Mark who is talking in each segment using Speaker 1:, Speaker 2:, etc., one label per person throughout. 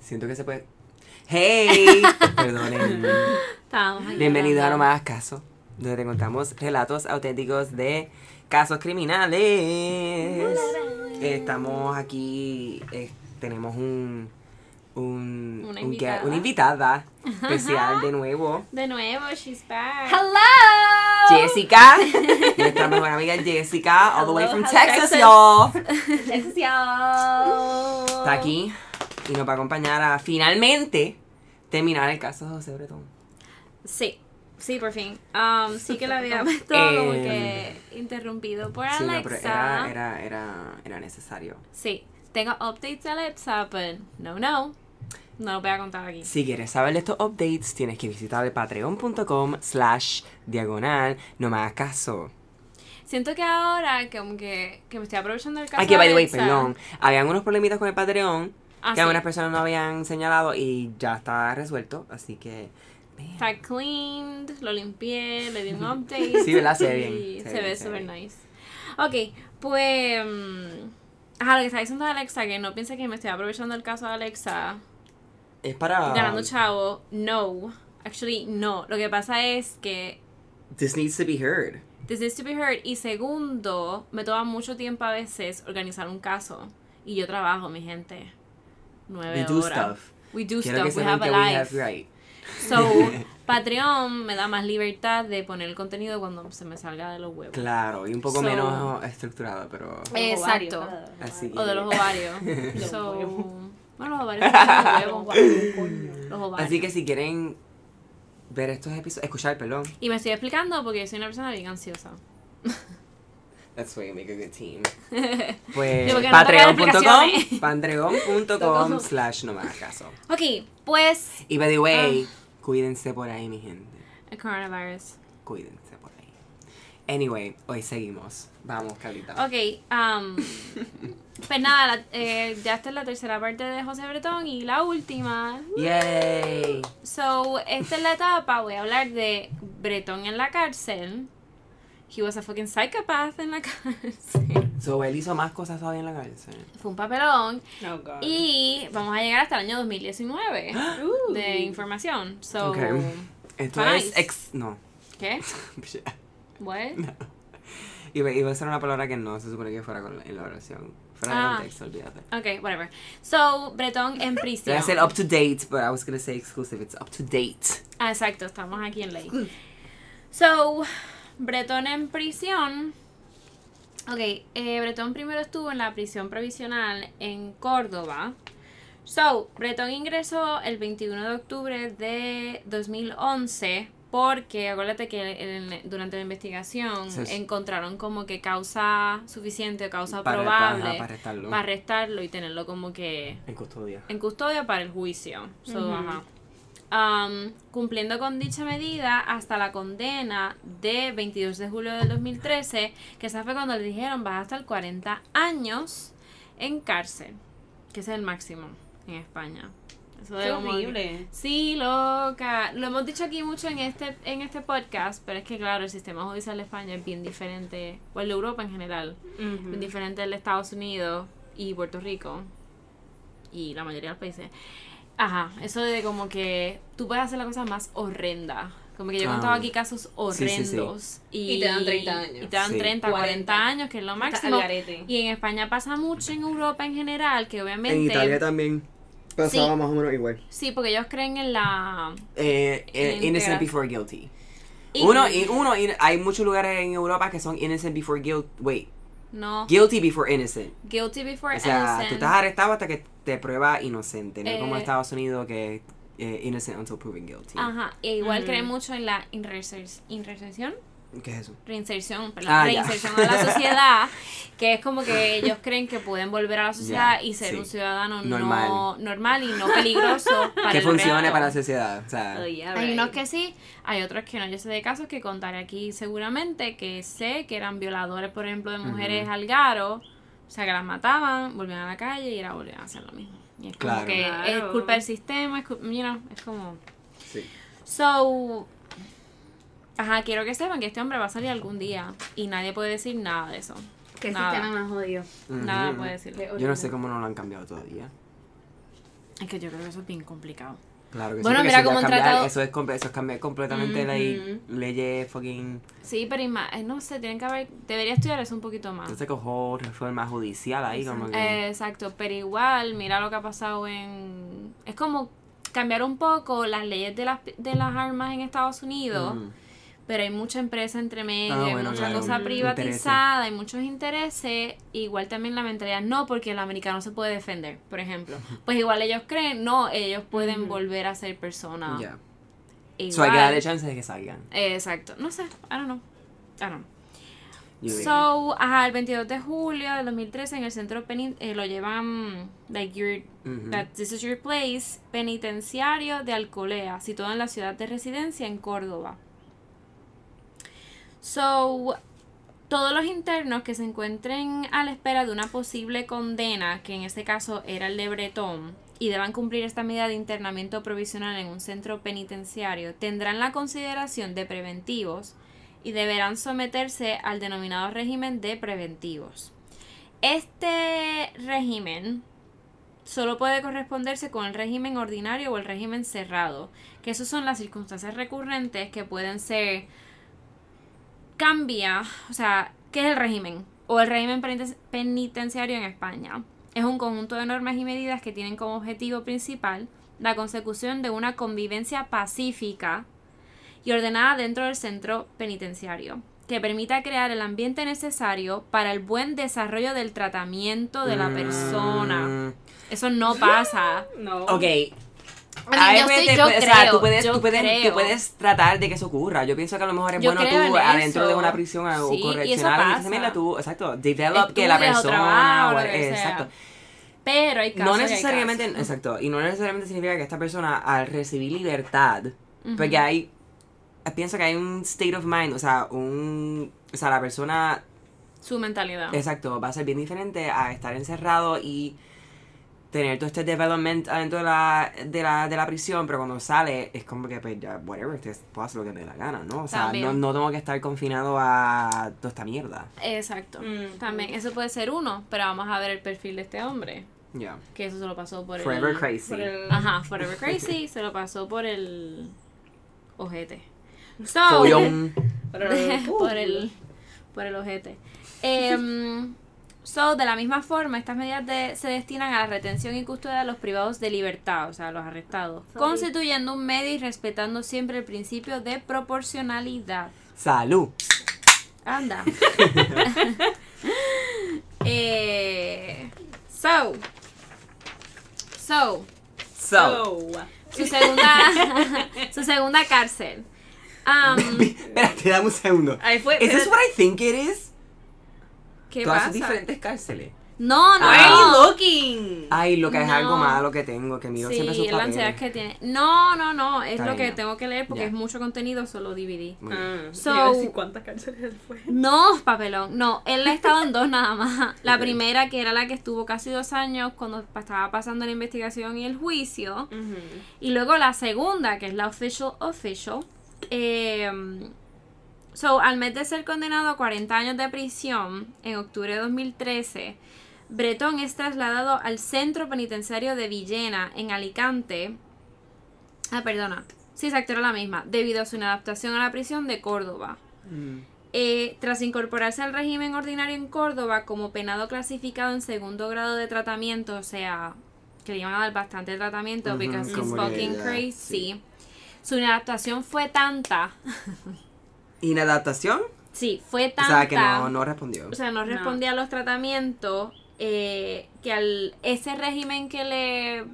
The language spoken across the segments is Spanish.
Speaker 1: Siento que se puede. ¡Hey! Perdonen.
Speaker 2: Estábamos aquí
Speaker 1: Bienvenido a No
Speaker 2: hablando.
Speaker 1: Me Hagas Caso, donde te contamos relatos auténticos de casos criminales. Estamos aquí, eh, tenemos un. un-
Speaker 2: Una
Speaker 1: un
Speaker 2: invitada.
Speaker 1: gue- una invitada especial de nuevo.
Speaker 2: De nuevo, she's back.
Speaker 3: Hello!
Speaker 1: Jessica, nuestra mejor amiga Jessica, all the way
Speaker 2: Hello,
Speaker 1: from
Speaker 2: how
Speaker 1: Texas,
Speaker 2: Texas.
Speaker 1: y'all.
Speaker 2: Yes, y'all.
Speaker 1: Está aquí y nos va a acompañar a finalmente terminar el caso de José Bretón.
Speaker 2: Sí, sí, por fin. Um, sí que la había visto
Speaker 1: Eh,
Speaker 2: como que interrumpido por
Speaker 1: Sí,
Speaker 2: Alexa.
Speaker 1: no, pero era, eh. era, era, era necesario.
Speaker 2: Sí, tengo updates de Alexa, pero no, no. No lo voy a contar aquí.
Speaker 1: Si quieres saber de estos updates, tienes que visitar el patreon.com slash diagonal, no me hagas caso.
Speaker 2: Siento que ahora como que, que me estoy aprovechando del caso
Speaker 1: Aquí, by the way,
Speaker 2: Alexa.
Speaker 1: perdón. Habían unos problemitas con el Patreon
Speaker 2: Ah,
Speaker 1: que
Speaker 2: sí.
Speaker 1: algunas personas no habían señalado y ya está resuelto, así que... man,
Speaker 2: Está cleaned, lo limpié, le di un update.
Speaker 1: Sí, ¿verdad? Se ve bien,
Speaker 2: y
Speaker 1: se
Speaker 2: Se,
Speaker 1: ve bien,
Speaker 2: ve
Speaker 1: se
Speaker 2: súper
Speaker 1: ve
Speaker 2: nice. Ok, pues. mm, Ajá, lo que está diciendo Alexa, que no piensa que me estoy aprovechando el caso de Alexa
Speaker 1: Es para...
Speaker 2: ganando chavo. No. Actually, no. Lo que pasa es que.
Speaker 1: This needs to be heard.
Speaker 2: This is to be heard. Y segundo, me toma mucho tiempo a veces organizar un caso. Y yo trabajo, mi gente. Nueve
Speaker 1: We do
Speaker 2: horas.
Speaker 1: stuff.
Speaker 2: We do
Speaker 1: Quiero que
Speaker 2: stuff. We
Speaker 1: sepan
Speaker 2: have a
Speaker 1: que
Speaker 2: life.
Speaker 1: we have right.
Speaker 2: So, Patreon me da más libertad de poner el contenido cuando se me salga de los huevos.
Speaker 1: Claro, y un poco
Speaker 2: So-
Speaker 1: menos estructurado, pero...
Speaker 2: Exacto.
Speaker 1: Así
Speaker 2: O de los
Speaker 1: que-
Speaker 2: ovarios.
Speaker 4: Los
Speaker 2: so,
Speaker 4: huevos.
Speaker 2: bueno, los ovarios son de los huevos.
Speaker 4: Coño.
Speaker 2: Los ovarios.
Speaker 1: Así que si quieren ver estos episodios, escuchar, perdón.
Speaker 2: Y me estoy explicando porque yo soy una persona bien ansiosa.
Speaker 1: That's why you make a good team.
Speaker 2: Yo
Speaker 1: Pues
Speaker 2: porque no tengo
Speaker 1: patreon.com,
Speaker 2: explicaciones.
Speaker 1: patreon.com slash no me hagas caso.
Speaker 2: Ok, pues.
Speaker 1: Y by the way, cuídense por ahí, mi gente.
Speaker 2: El coronavirus.
Speaker 1: Cuídense por ahí. Anyway, hoy seguimos. Vamos, Carlita.
Speaker 2: Ok, um, pues nada, la- eh, ya esta es la tercera parte de José Bretón y la última.
Speaker 1: Yay.
Speaker 2: So, esta es la etapa, voy a hablar de Bretón en la cárcel. He was a fucking psychopath en la cárcel.
Speaker 1: So, él hizo más cosas todavía en la cárcel.
Speaker 2: Fue un papelón.
Speaker 4: Oh, God.
Speaker 2: Y vamos a llegar hasta el año 2019
Speaker 4: Ooh.
Speaker 2: de información. So,
Speaker 1: Ok. Esto
Speaker 2: Nice.
Speaker 1: es ex... No.
Speaker 2: ¿qué? What?
Speaker 1: iba, iba a ser una palabra que no se supone que fuera con la, en la oración. Fuera de
Speaker 2: Ah.
Speaker 1: contexto, olvídate.
Speaker 2: Ok, whatever. So, Bretón en
Speaker 1: Voy a
Speaker 2: prisión.
Speaker 1: hacer up to date, but I was going to say exclusive. It's up to date.
Speaker 2: Ah, exacto, estamos aquí en ley. So, Bretón en prisión. Ok, eh, Bretón primero estuvo en la prisión provisional en Córdoba. So, Bretón ingresó el 21 de octubre de 2011 porque acuérdate que en- durante la investigación
Speaker 1: Se-
Speaker 2: encontraron como que causa suficiente o causa
Speaker 1: Para- para-
Speaker 2: probable
Speaker 1: para arrestarlo.
Speaker 2: para arrestarlo y tenerlo como que
Speaker 1: En custodia.
Speaker 2: en custodia para el juicio. So, ajá. Um, cumpliendo con dicha medida hasta la condena de 22 de julio del 2013, que esa fue cuando le dijeron vas hasta el 40 años en cárcel, que ese es el máximo en España. Eso de
Speaker 4: Qué
Speaker 2: como que-
Speaker 4: horrible.
Speaker 2: Sí, loca. Lo hemos dicho aquí mucho en este en este podcast, pero es que claro, el sistema judicial de España es bien diferente, o el de Europa en general
Speaker 1: Mm.
Speaker 2: bien diferente al de Estados Unidos y Puerto Rico y la mayoría de los países. Ajá, eso de como que tú puedes hacer la cosa más horrenda. Como que yo he
Speaker 1: Ah,
Speaker 2: contado aquí casos
Speaker 1: sí, sí, sí.
Speaker 2: horrendos. Y,
Speaker 4: Y te dan 30 años.
Speaker 2: Y te dan
Speaker 1: Sí.
Speaker 2: 30, 40
Speaker 4: 40
Speaker 2: años, que es lo máximo.
Speaker 4: al garete.
Speaker 2: Y en España pasa mucho, en Europa en general, que obviamente...
Speaker 1: también
Speaker 2: pasaba Sí.
Speaker 1: más o menos igual.
Speaker 2: Sí, porque ellos creen en la...
Speaker 1: Eh, eh,
Speaker 2: En
Speaker 1: innocent
Speaker 2: integral.
Speaker 1: before guilty. Uno, y uno, y- hay muchos lugares en Europa que son innocent before guilt. Wait,
Speaker 2: No,
Speaker 1: guilty before innocent.
Speaker 2: guilty before
Speaker 1: O sea,
Speaker 2: innocent.
Speaker 1: tú estás arrestado hasta que te prueba inocente. No es como
Speaker 2: Eh.
Speaker 1: Estados Unidos que eh, innocent until proven guilty.
Speaker 2: Ajá, e igual
Speaker 4: Ujú.
Speaker 2: creen mucho en la inrersers- inserción
Speaker 1: ¿Qué es eso?
Speaker 2: reinserción, perdón,
Speaker 1: Ah, ya.
Speaker 2: reinserción a la sociedad, que es como que ellos creen que pueden volver a la sociedad
Speaker 1: Ya,
Speaker 2: y ser
Speaker 1: sí.
Speaker 2: un ciudadano normal. no
Speaker 1: Normal.
Speaker 2: normal y no peligroso para
Speaker 1: que
Speaker 2: el
Speaker 1: funcione
Speaker 2: resto.
Speaker 1: para la sociedad. O sea,
Speaker 2: Oh, yeah, Hay
Speaker 3: right.
Speaker 2: unos que sí, hay otros que no. Yo sé de casos que contaré aquí seguramente que sé que eran violadores, por ejemplo, de mujeres
Speaker 1: Ujú.
Speaker 2: al garo, o sea, que las mataban, volvían a la calle y era volvían a hacer lo mismo. Y es como
Speaker 1: Claro.
Speaker 2: que es
Speaker 4: Claro.
Speaker 2: culpa del sistema, es, cul- you know, es como...
Speaker 1: sí.
Speaker 2: So, ajá, quiero que sepan que este hombre va a salir algún día y nadie puede decir nada de eso.
Speaker 4: Qué
Speaker 2: Nada.
Speaker 4: sistema más odio.
Speaker 2: Nada
Speaker 1: Ujú.
Speaker 2: puede decirlo.
Speaker 1: Yo no sé cómo no lo han cambiado todavía.
Speaker 2: Es que yo creo que eso es bien complicado.
Speaker 1: Claro que
Speaker 2: Bueno,
Speaker 1: sí. porque eso
Speaker 2: mira
Speaker 1: ya
Speaker 2: cómo han
Speaker 1: cambiar-
Speaker 2: tratado-
Speaker 1: Eso es, comple- eso es cambiar completamente like, leyes, fucking.
Speaker 2: Sí, pero ima- eh, no sé, tienen que haber, debería estudiar eso un poquito más.
Speaker 1: Entonces cojo reforma judicial ahí, como que.
Speaker 2: Eh, Exacto, pero igual, mira lo que ha pasado en... Es como cambiar un poco las leyes de las, de las armas en Estados Unidos,
Speaker 1: Ujú.
Speaker 2: pero hay mucha empresa entre medio,
Speaker 1: Ah,
Speaker 2: hay
Speaker 1: bueno,
Speaker 2: mucha
Speaker 1: claro,
Speaker 2: cosa
Speaker 1: mm,
Speaker 2: privatizada, hay muchos intereses, igual también la mentalidad, no, porque el americano se puede defender, por ejemplo. Pues igual ellos creen, no, ellos pueden volver a ser personas.
Speaker 1: Ya.
Speaker 2: Ah, igual.
Speaker 1: So hay que darle chance de que salgan.
Speaker 2: Eh, Exacto, no sé, I don't know, I don't know.
Speaker 1: Yo diría.
Speaker 2: So, ajá, el 22 de julio del 2013 en el centro penin eh, lo llevan, like, your,
Speaker 1: Ujú.
Speaker 2: that this is your place, penitenciario de Alcolea, situado en la ciudad de residencia en Córdoba. So, todos los internos que se encuentren a la espera de una posible condena, que en este caso era el de Bretón, y deban cumplir esta medida de internamiento provisional en un centro penitenciario, tendrán la consideración de preventivos y deberán someterse al denominado régimen de preventivos. Este régimen solo puede corresponderse con el régimen ordinario o el régimen cerrado, que esas son las circunstancias recurrentes que pueden ser cambia, o sea, ¿qué es el régimen? O el régimen peniten- penitenciario en España. Es un conjunto de normas y medidas que tienen como objetivo principal la consecución de una convivencia pacífica y ordenada dentro del centro penitenciario, que permita crear el ambiente necesario para el buen desarrollo del tratamiento de la persona.
Speaker 1: Mm.
Speaker 2: Eso no pasa.
Speaker 4: No.
Speaker 1: Ok.
Speaker 2: A mí, yo
Speaker 1: veces
Speaker 2: estoy- yo
Speaker 1: puede- o sea,
Speaker 2: creo,
Speaker 1: tú puedes,
Speaker 2: yo
Speaker 1: tú, puedes,
Speaker 2: creo.
Speaker 1: tú puedes tratar de que eso ocurra. Yo pienso que a lo mejor es
Speaker 2: Yo
Speaker 1: bueno
Speaker 2: creo en
Speaker 1: tú adentro
Speaker 2: eso.
Speaker 1: de una prisión a-
Speaker 2: Sí, y
Speaker 1: o
Speaker 2: eso
Speaker 1: correccional.
Speaker 2: pasa.
Speaker 1: entonces, mira, tú, exacto, develop que la
Speaker 2: Estudias o
Speaker 1: persona.
Speaker 2: trabajas o
Speaker 1: o-
Speaker 2: lo que
Speaker 1: eh,
Speaker 2: sea.
Speaker 1: exacto.
Speaker 2: Pero hay casos.
Speaker 1: no
Speaker 2: y hay
Speaker 1: necesariamente,
Speaker 2: casos.
Speaker 1: exacto, y no necesariamente significa que esta persona al recibir libertad,
Speaker 2: Ujú.
Speaker 1: porque hay, pienso que hay un state of mind, o sea, un, o sea, la persona,
Speaker 2: Su mentalidad.
Speaker 1: exacto, va a ser bien diferente a estar encerrado y tener todo este development adentro de la, de la, de la prisión, pero cuando sale es como que, pues, ya, whatever, te puedo hacer lo que me dé la gana, ¿no? O sea,
Speaker 2: También.
Speaker 1: no, no tengo que estar confinado a toda esta mierda.
Speaker 2: Exacto.
Speaker 4: Mm.
Speaker 2: También, eso puede ser uno, pero vamos a ver el perfil de este hombre.
Speaker 1: Yeah.
Speaker 2: Que eso se lo pasó por
Speaker 1: Forever
Speaker 2: el.
Speaker 1: crazy.
Speaker 4: Por el-
Speaker 2: Ajá, Forever Crazy se lo pasó por el. Ojete. So,
Speaker 1: Follón.
Speaker 4: por el- uh,
Speaker 2: por el por el ojete. Em, so, de la misma forma, estas medidas de- se destinan a la retención y custodia de los privados de libertad, o sea, a los arrestados,
Speaker 4: Sorry.
Speaker 2: constituyendo un medio y respetando siempre el principio de proporcionalidad.
Speaker 1: Salud.
Speaker 2: Anda. Eh, so, so,
Speaker 1: So.
Speaker 2: su segunda, su segunda cárcel. Um,
Speaker 1: Espérate, dame un segundo.
Speaker 4: Ahí fue.
Speaker 1: ¿Es this
Speaker 4: espérate.
Speaker 1: what I think it is?
Speaker 2: ¿Qué
Speaker 1: Todas sus
Speaker 2: pasa?
Speaker 1: diferentes cárceles.
Speaker 2: No, no.
Speaker 4: Why
Speaker 1: Ah.
Speaker 4: are you looking?
Speaker 1: Ay, lo que es
Speaker 2: No.
Speaker 1: algo malo que tengo, que miro siempre sus
Speaker 2: Sí, la
Speaker 1: papeles.
Speaker 2: ansiedad que tiene. No, no, no, es
Speaker 1: Está
Speaker 2: lo que
Speaker 1: bien.
Speaker 2: tengo que leer porque
Speaker 1: Ya. Mm.
Speaker 2: es mucho contenido, solo DVD.
Speaker 1: Muy bien.
Speaker 2: So-
Speaker 4: ah,
Speaker 2: Mm.
Speaker 4: Iba a decir, ¿Cuántas cárceles fue?
Speaker 2: No, papelón, no, él ha estado en dos nada más. La primera, que era la que estuvo casi dos años cuando pa- estaba pasando la investigación y el juicio. Y luego la segunda, que es la official official. eh, so, al mes de ser condenado a 40 años de prisión, en octubre de 2013, Bretón es trasladado al centro penitenciario de Villena, en Alicante. Ah, perdona. Sí, exacto, era la misma. Debido a su inadaptación a la prisión de Córdoba.
Speaker 1: Mm.
Speaker 2: Eh, tras incorporarse al régimen ordinario en Córdoba como penado clasificado en segundo grado de tratamiento, o sea, que le iban a dar bastante tratamiento
Speaker 1: Ujú,
Speaker 2: because he's
Speaker 1: como que
Speaker 2: fucking
Speaker 1: ya,
Speaker 2: crazy.
Speaker 1: sí.
Speaker 2: Su inadaptación fue tanta,
Speaker 1: ¿Inadaptación?
Speaker 2: sí, fue
Speaker 1: O
Speaker 2: tanta.
Speaker 1: sea, que no, no respondió.
Speaker 2: o sea, no
Speaker 4: No.
Speaker 2: respondía a los tratamientos eh, que al ese régimen que le,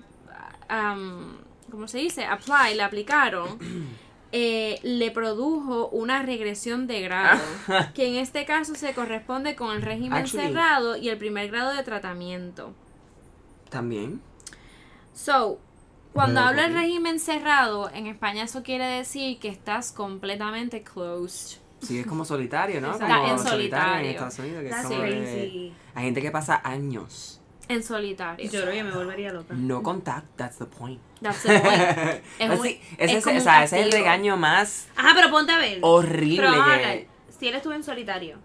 Speaker 2: am, ¿cómo se dice? Apply, le aplicaron. eh, le produjo una regresión de grado, que en este caso se corresponde con el régimen
Speaker 1: Actually-
Speaker 2: cerrado y el primer grado de tratamiento.
Speaker 1: También.
Speaker 2: So, cuando
Speaker 1: Bueno,
Speaker 2: hablo del
Speaker 1: ok.
Speaker 2: régimen cerrado, en España eso quiere decir que estás completamente closed.
Speaker 1: Sí, es como solitario, ¿no?
Speaker 4: Exacto.
Speaker 1: Como
Speaker 2: En solitario.
Speaker 1: en Estados Unidos. Que es
Speaker 4: That's
Speaker 1: como de-
Speaker 4: crazy.
Speaker 1: Hay gente que pasa años.
Speaker 2: En solitario.
Speaker 4: Yo creo que me volvería loca.
Speaker 1: No contact, that's the point.
Speaker 2: That's the point. Es un-
Speaker 1: Así-
Speaker 2: es
Speaker 1: Pues ese, es-
Speaker 2: como
Speaker 1: o
Speaker 2: un
Speaker 1: sea, ese es el
Speaker 2: castigo.
Speaker 1: regaño más
Speaker 4: Ajá, pero ponte a ver.
Speaker 1: horrible
Speaker 4: Pero vamos a hablar.
Speaker 1: que...
Speaker 4: Si él estuvo en solitario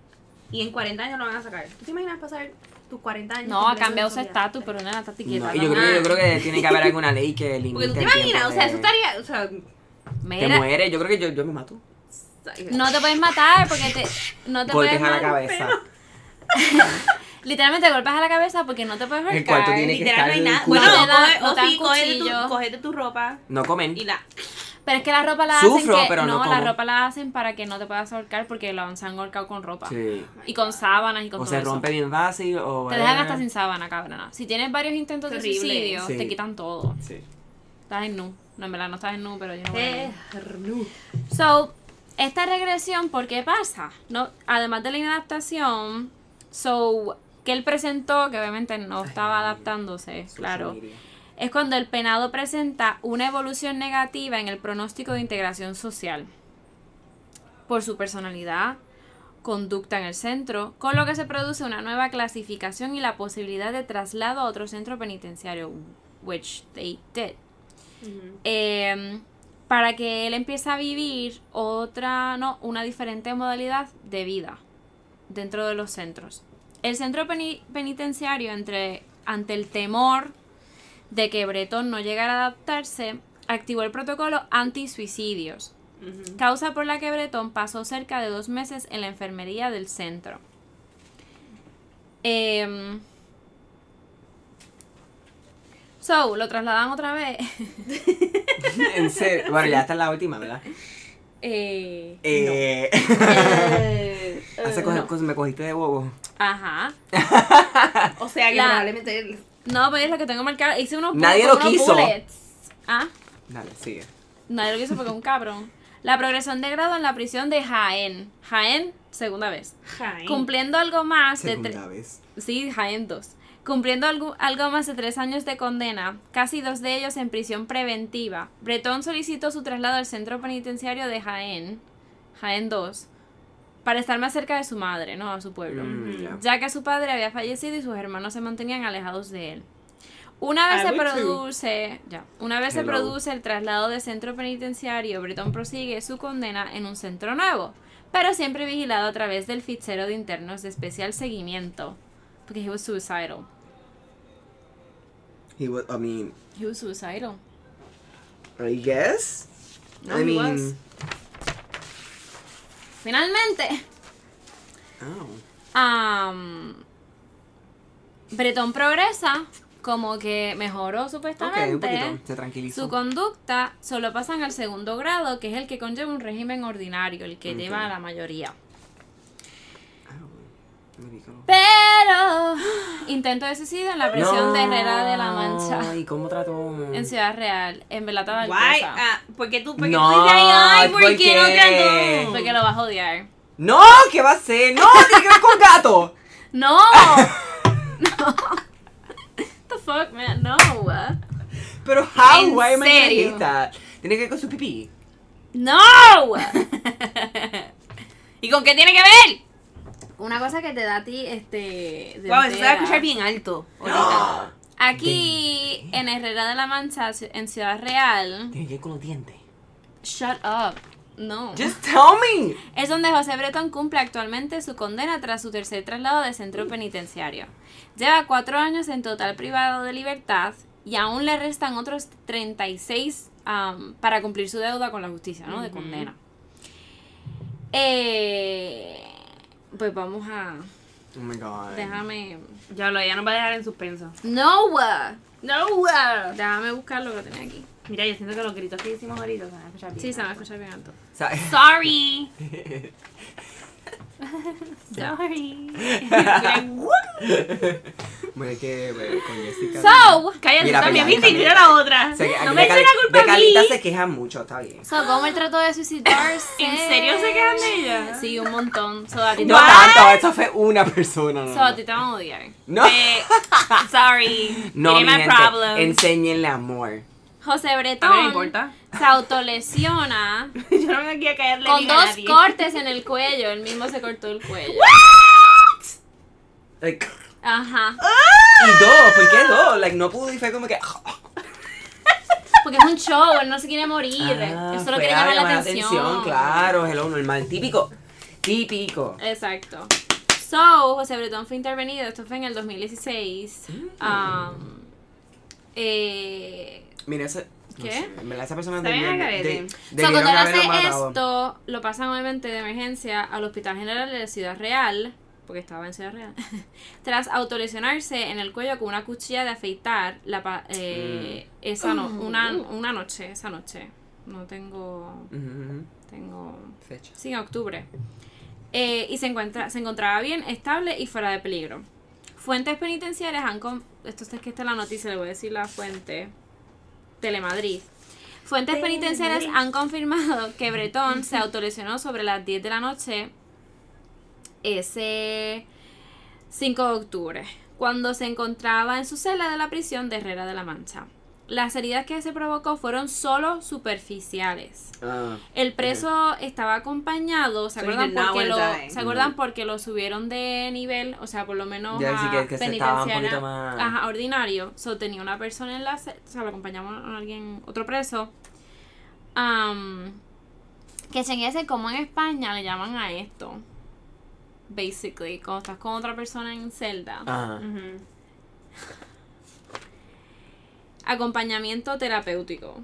Speaker 4: y en 40 años lo van a sacar, ¿tú te imaginas pasar tus 40 años?
Speaker 2: No, ha
Speaker 4: completos
Speaker 2: cambiado
Speaker 4: en
Speaker 2: su
Speaker 4: solitario?
Speaker 2: estatus, pero una está
Speaker 1: No,
Speaker 2: etiqueta.
Speaker 1: y yo
Speaker 2: ¿no?
Speaker 1: creo, yo
Speaker 4: Ah.
Speaker 1: creo que tiene que haber alguna ley que
Speaker 2: Pues,
Speaker 1: limite
Speaker 4: Porque tú te
Speaker 1: el tiempo
Speaker 4: imaginas, o sea,
Speaker 1: de-
Speaker 4: eso estaría. O sea,
Speaker 1: Te
Speaker 2: Mira,
Speaker 1: mueres, yo creo que yo, yo me mato.
Speaker 2: no te puedes matar porque te, no te
Speaker 1: Golpes
Speaker 2: puedes
Speaker 1: a la
Speaker 2: matar.
Speaker 1: cabeza.
Speaker 2: Literalmente golpes a la cabeza porque no te puedes
Speaker 1: El
Speaker 2: ahorcar.
Speaker 1: cuarto tiene que estar...
Speaker 4: literal no hay nada.
Speaker 1: cuidado.
Speaker 4: Bueno,
Speaker 2: No te dan-
Speaker 4: o,
Speaker 2: no te
Speaker 4: o
Speaker 2: dan
Speaker 4: sí, cógete tu,
Speaker 2: cuchillo.
Speaker 4: cógete tu ropa
Speaker 1: No comen.
Speaker 4: y la.
Speaker 2: Pero es que la ropa la
Speaker 1: Sufro,
Speaker 2: hacen que,
Speaker 1: pero no
Speaker 2: la
Speaker 1: como.
Speaker 2: ropa la hacen para que no te puedas ahorcar porque la se han ahorcado con ropa.
Speaker 1: Sí.
Speaker 2: Y con sábanas y con
Speaker 1: O
Speaker 2: todo
Speaker 1: se
Speaker 2: eso.
Speaker 1: rompe bien fácil o...
Speaker 2: Te dejan hasta sin sábana, cabrona. Si tienes varios intentos de
Speaker 4: Terrible.
Speaker 2: suicidio,
Speaker 1: Sí.
Speaker 2: te quitan todo.
Speaker 1: Sí.
Speaker 2: Estás en nu. No, en verdad no estás en nu, pero yo no voy a
Speaker 4: Eh, no.
Speaker 2: So, esta regresión, ¿por qué pasa? No, además de la inadaptación, so, que él presentó, que obviamente no estaba adaptándose, claro,
Speaker 1: Social media.
Speaker 2: es cuando el penado presenta una evolución negativa en el pronóstico de integración social por su personalidad, conducta en el centro, con lo que se produce una nueva clasificación y la posibilidad de traslado a otro centro penitenciario, which they did eh, para que él empiece a vivir otra, no, una diferente modalidad de vida dentro de los centros. El centro peni- penitenciario, entre, ante el temor de que Breton no llegara a adaptarse, activó el protocolo anti-suicidios,
Speaker 4: Ujú.
Speaker 2: causa por la que Breton pasó cerca de dos meses en la enfermería del centro. Em, so, lo trasladan otra vez.
Speaker 1: en serio. Bueno, ya esta es la última, ¿verdad?
Speaker 2: Eh,
Speaker 1: Eh,
Speaker 4: Eh,
Speaker 1: hace
Speaker 4: eh,
Speaker 1: cosas- cosas- me cogiste de bobo.
Speaker 2: Ajá.
Speaker 4: O sea, que
Speaker 2: La-
Speaker 4: probablemente. él-
Speaker 2: No, pero es lo que tengo marcado. Hice unos
Speaker 1: Nadie
Speaker 2: unos
Speaker 1: lo quiso.
Speaker 2: bullets. Ah,
Speaker 1: Dale, sigue.
Speaker 2: nadie lo quiso porque es un cabrón. La progresión de grado en la prisión de Jaén. Jaén, segunda vez.
Speaker 4: Jaén.
Speaker 2: Cumpliendo algo más de tres.
Speaker 1: vez.
Speaker 2: Sí, Jaén 2. Cumpliendo algo, algo más de tres años de condena, casi dos de ellos en prisión preventiva, Bretón solicitó su traslado al centro penitenciario de Jaén, Jaén 2, para estar más cerca de su madre, ¿no? A su pueblo.
Speaker 1: Mm, ya.
Speaker 2: ya que su padre había fallecido y sus hermanos se mantenían alejados de él. Una vez
Speaker 4: I
Speaker 2: se
Speaker 4: would too.
Speaker 2: produce, ya, una vez se
Speaker 1: Hello.
Speaker 2: produce el traslado de centro penitenciario, Bretón prosigue su condena en un centro nuevo, pero siempre vigilado a través del fichero de internos de especial seguimiento, porque he was suicidal.
Speaker 1: He was, I mean,
Speaker 2: He was suicidal.
Speaker 1: I guess.
Speaker 2: No,
Speaker 1: I
Speaker 2: he
Speaker 1: mean,
Speaker 2: was. Finalmente,
Speaker 1: oh.
Speaker 2: Am, Bretón progresa, como que mejoró
Speaker 1: Ok,
Speaker 2: supuestamente.
Speaker 1: un poquito. Se tranquilizó.
Speaker 2: Su conducta solo pasan al segundo grado, que es el que conlleva un régimen ordinario, el que
Speaker 1: Ok.
Speaker 2: lleva a la mayoría.
Speaker 1: Oh, me picó.
Speaker 2: Pero intento de suicidio en la prisión
Speaker 1: No,
Speaker 2: de Herrera de la Mancha,
Speaker 1: ¿Y cómo trató?
Speaker 2: en Ciudad Real, en Velata
Speaker 4: Guay.
Speaker 2: Valdosa.
Speaker 4: Ah, ¿Por qué tú? ¿Por qué
Speaker 1: No,
Speaker 4: tú dices ahí? ah? Ay, ¿por,
Speaker 1: ¿por
Speaker 4: qué no
Speaker 1: qué?
Speaker 4: trató?
Speaker 2: Porque lo vas a odiar.
Speaker 1: ¡No! ¿Qué va a hacer? ¡No! ¡Tiene que ver con gato!
Speaker 2: ¡No! ¡No! the fuck, man? No.
Speaker 1: Pero, how?
Speaker 2: ¿En
Speaker 1: Why am I gonna
Speaker 2: serio?
Speaker 1: hate that? Tiene que ver con su pipí.
Speaker 2: ¡No!
Speaker 4: ¿Y con qué tiene que ver?
Speaker 2: Una cosa que te da a ti, este... de
Speaker 4: Wow, eso se va a
Speaker 2: entera.
Speaker 4: escuchar bien alto.
Speaker 1: ¡Ah!
Speaker 2: Aquí, en Herrera de la Mancha, en Ciudad Real...
Speaker 1: Tiene que ver con los dientes.
Speaker 2: Shut up. No.
Speaker 1: Just tell me.
Speaker 2: Es donde José Breton cumple actualmente su condena tras su tercer traslado de centro penitenciario. Lleva cuatro años en total privado de libertad y aún le restan otros 36 am, para cumplir su deuda con la justicia, ¿no? De
Speaker 4: Ujú.
Speaker 2: condena. Eh, pues vamos a...
Speaker 1: Oh my god.
Speaker 2: Déjame...
Speaker 4: Ya lo, ya nos va a dejar en suspenso.
Speaker 2: No. uh,
Speaker 4: No.
Speaker 2: Déjame buscar lo que tenía aquí.
Speaker 4: Mira, yo siento que los gritos que hicimos ahorita se van a escuchar bien.
Speaker 2: Sí, se me va a escuchar bien alto.
Speaker 1: O sea,
Speaker 4: Sorry. Sorry.
Speaker 1: Bueno, es que bueno, con Jessica.
Speaker 2: So,
Speaker 4: Cállate
Speaker 1: Mira,
Speaker 4: tú también,
Speaker 1: pues,
Speaker 4: viste, y tira la otra.
Speaker 1: O sea, que aquí
Speaker 4: no
Speaker 1: de
Speaker 4: me eches
Speaker 1: Cali-
Speaker 4: la culpa
Speaker 1: de
Speaker 4: a mí.
Speaker 1: Calita se queja mucho, está bien.
Speaker 2: so ¿cómo él trató de suicidarse?
Speaker 4: ¿En serio se quejan de ella?
Speaker 2: Sí, un montón. So, a ti te
Speaker 1: No
Speaker 2: van-
Speaker 1: tanto, eso fue una persona. No,
Speaker 2: so, a ti te van a odiar.
Speaker 1: no.
Speaker 4: Eh, sorry.
Speaker 1: No,
Speaker 4: It
Speaker 1: mi
Speaker 4: ain't my
Speaker 1: gente,
Speaker 4: problem.
Speaker 1: enséñenle amor.
Speaker 2: José
Speaker 4: A mí no me
Speaker 2: Bretón
Speaker 4: importa.
Speaker 2: se autolesiona
Speaker 4: Yo no vengo aquí a caerle
Speaker 2: con
Speaker 4: bien a
Speaker 2: dos
Speaker 4: nadie.
Speaker 2: cortes en el cuello. Él mismo se cortó el cuello.
Speaker 1: Like,
Speaker 2: Ajá.
Speaker 1: y dos, ¿por qué dos? Like, no pudo y fue como que.
Speaker 2: Porque es un show, él no se quiere morir.
Speaker 1: Ah,
Speaker 2: Él
Speaker 1: fue
Speaker 2: solo quiere
Speaker 1: a
Speaker 2: llamar la
Speaker 1: llamar
Speaker 2: atención.
Speaker 1: Claro, hello, normal, típico. Típico.
Speaker 2: Exacto. So, José Bretón fue intervenido, esto fue en el 2016.
Speaker 1: Mm.
Speaker 2: Um, eh,
Speaker 1: Mira, ese. no
Speaker 2: ¿Qué?
Speaker 1: sé, en verdad, esa persona
Speaker 4: Está
Speaker 1: debió-
Speaker 4: bien,
Speaker 1: de-
Speaker 4: Garete.
Speaker 1: debieron
Speaker 2: so, cuando él
Speaker 1: haberlo
Speaker 2: hace
Speaker 1: matado.
Speaker 2: esto, lo pasan obviamente de emergencia al Hospital General de Ciudad Real, porque estaba en Ciudad Real, tras autolesionarse en el cuello con una cuchilla de afeitar la pa- eh,
Speaker 1: Mm.
Speaker 2: esa no- una, una noche, esa noche. No tengo...
Speaker 1: Ujú, ujú,
Speaker 2: tengo
Speaker 1: Fecha.
Speaker 2: Sí, en octubre. Eh, y se, encuentra, se encontraba bien, estable y fuera de peligro. Fuentes penitenciarias han... con- esto es que está en la noticia, le voy a decir la fuente. Telemadrid. Fuentes penitenciarias han confirmado que Bretón se autolesionó sobre las 10 de la noche ese 5 de octubre, cuando se encontraba en su celda de la prisión de Herrera de la Mancha. Las heridas que se provocó fueron solo superficiales.
Speaker 1: Ah,
Speaker 2: El preso estaba acompañado, ¿se
Speaker 4: So he
Speaker 2: acuerdan?
Speaker 4: did not
Speaker 2: Porque
Speaker 4: wanna
Speaker 2: lo,
Speaker 4: die.
Speaker 2: ¿se acuerdan? Porque lo subieron de nivel, o sea, por lo menos
Speaker 1: Ya, así
Speaker 2: a
Speaker 1: que- que se estaba un
Speaker 2: penitenciaria-
Speaker 1: poquito más-
Speaker 2: ajá, ordinario. So, tenía una persona en la... ce- O sea, lo acompañamos a alguien, otro preso. Am, que chequense como en España le llaman a esto. Basically, cuando estás con otra persona en celda.
Speaker 1: ajá.
Speaker 4: Ujú.
Speaker 2: Acompañamiento terapéutico.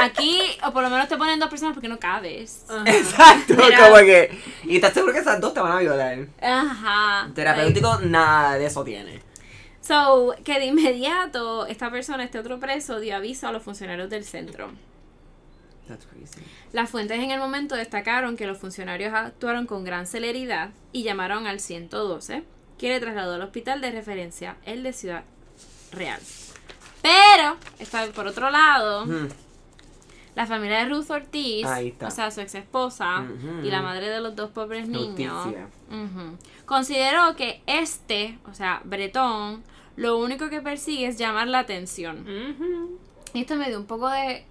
Speaker 2: Aquí, o por lo menos te ponen dos personas porque no cabes.
Speaker 4: Oh,
Speaker 1: Exacto,
Speaker 2: Mira.
Speaker 1: como que. Y estás seguro que esas dos te van a violar.
Speaker 2: Ajá. like-
Speaker 1: Terapéutico, nada de eso tiene.
Speaker 2: So, que de inmediato esta persona, este otro preso, dio aviso a los funcionarios del centro.
Speaker 1: That's crazy.
Speaker 2: Las fuentes en el momento destacaron que los funcionarios actuaron con gran celeridad y llamaron al 112, que le trasladó al hospital de referencia, el de Ciudad Real. Pero, está por otro lado,
Speaker 1: Mm,
Speaker 2: la familia de Ruth Ortiz,
Speaker 1: Ahí está.
Speaker 2: o sea, su ex esposa
Speaker 1: Ujú.
Speaker 2: y la madre de los dos pobres niños,
Speaker 1: Noticia.
Speaker 2: ujú, consideró que este, o sea, Bretón, lo único que persigue es llamar la atención.
Speaker 4: Ujú.
Speaker 2: Esto me dio un poco de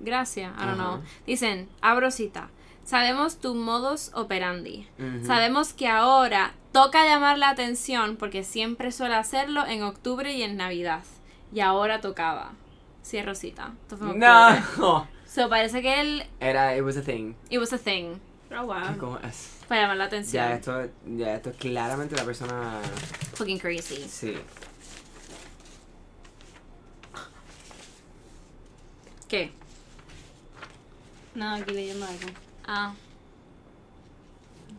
Speaker 2: gracia, I don't know.
Speaker 1: Ajá.
Speaker 2: Dicen, abro cita, sabemos tu modus operandi.
Speaker 1: Ujú.
Speaker 2: Sabemos que ahora toca llamar la atención porque siempre suele hacerlo en octubre y en Navidad. Y ahora tocaba. Cierro cita. Esto fue en octubre.
Speaker 1: No.
Speaker 2: So parece que él.
Speaker 1: Era, it was a thing.
Speaker 2: It was a thing.
Speaker 4: Oh, wow.
Speaker 1: Como es-
Speaker 2: Para llamar la atención.
Speaker 1: Ya esto, ya esto es claramente la persona.
Speaker 2: Fucking crazy.
Speaker 1: Sí.
Speaker 2: ¿Qué?
Speaker 4: No, aquí leyendo algo.
Speaker 2: Ah.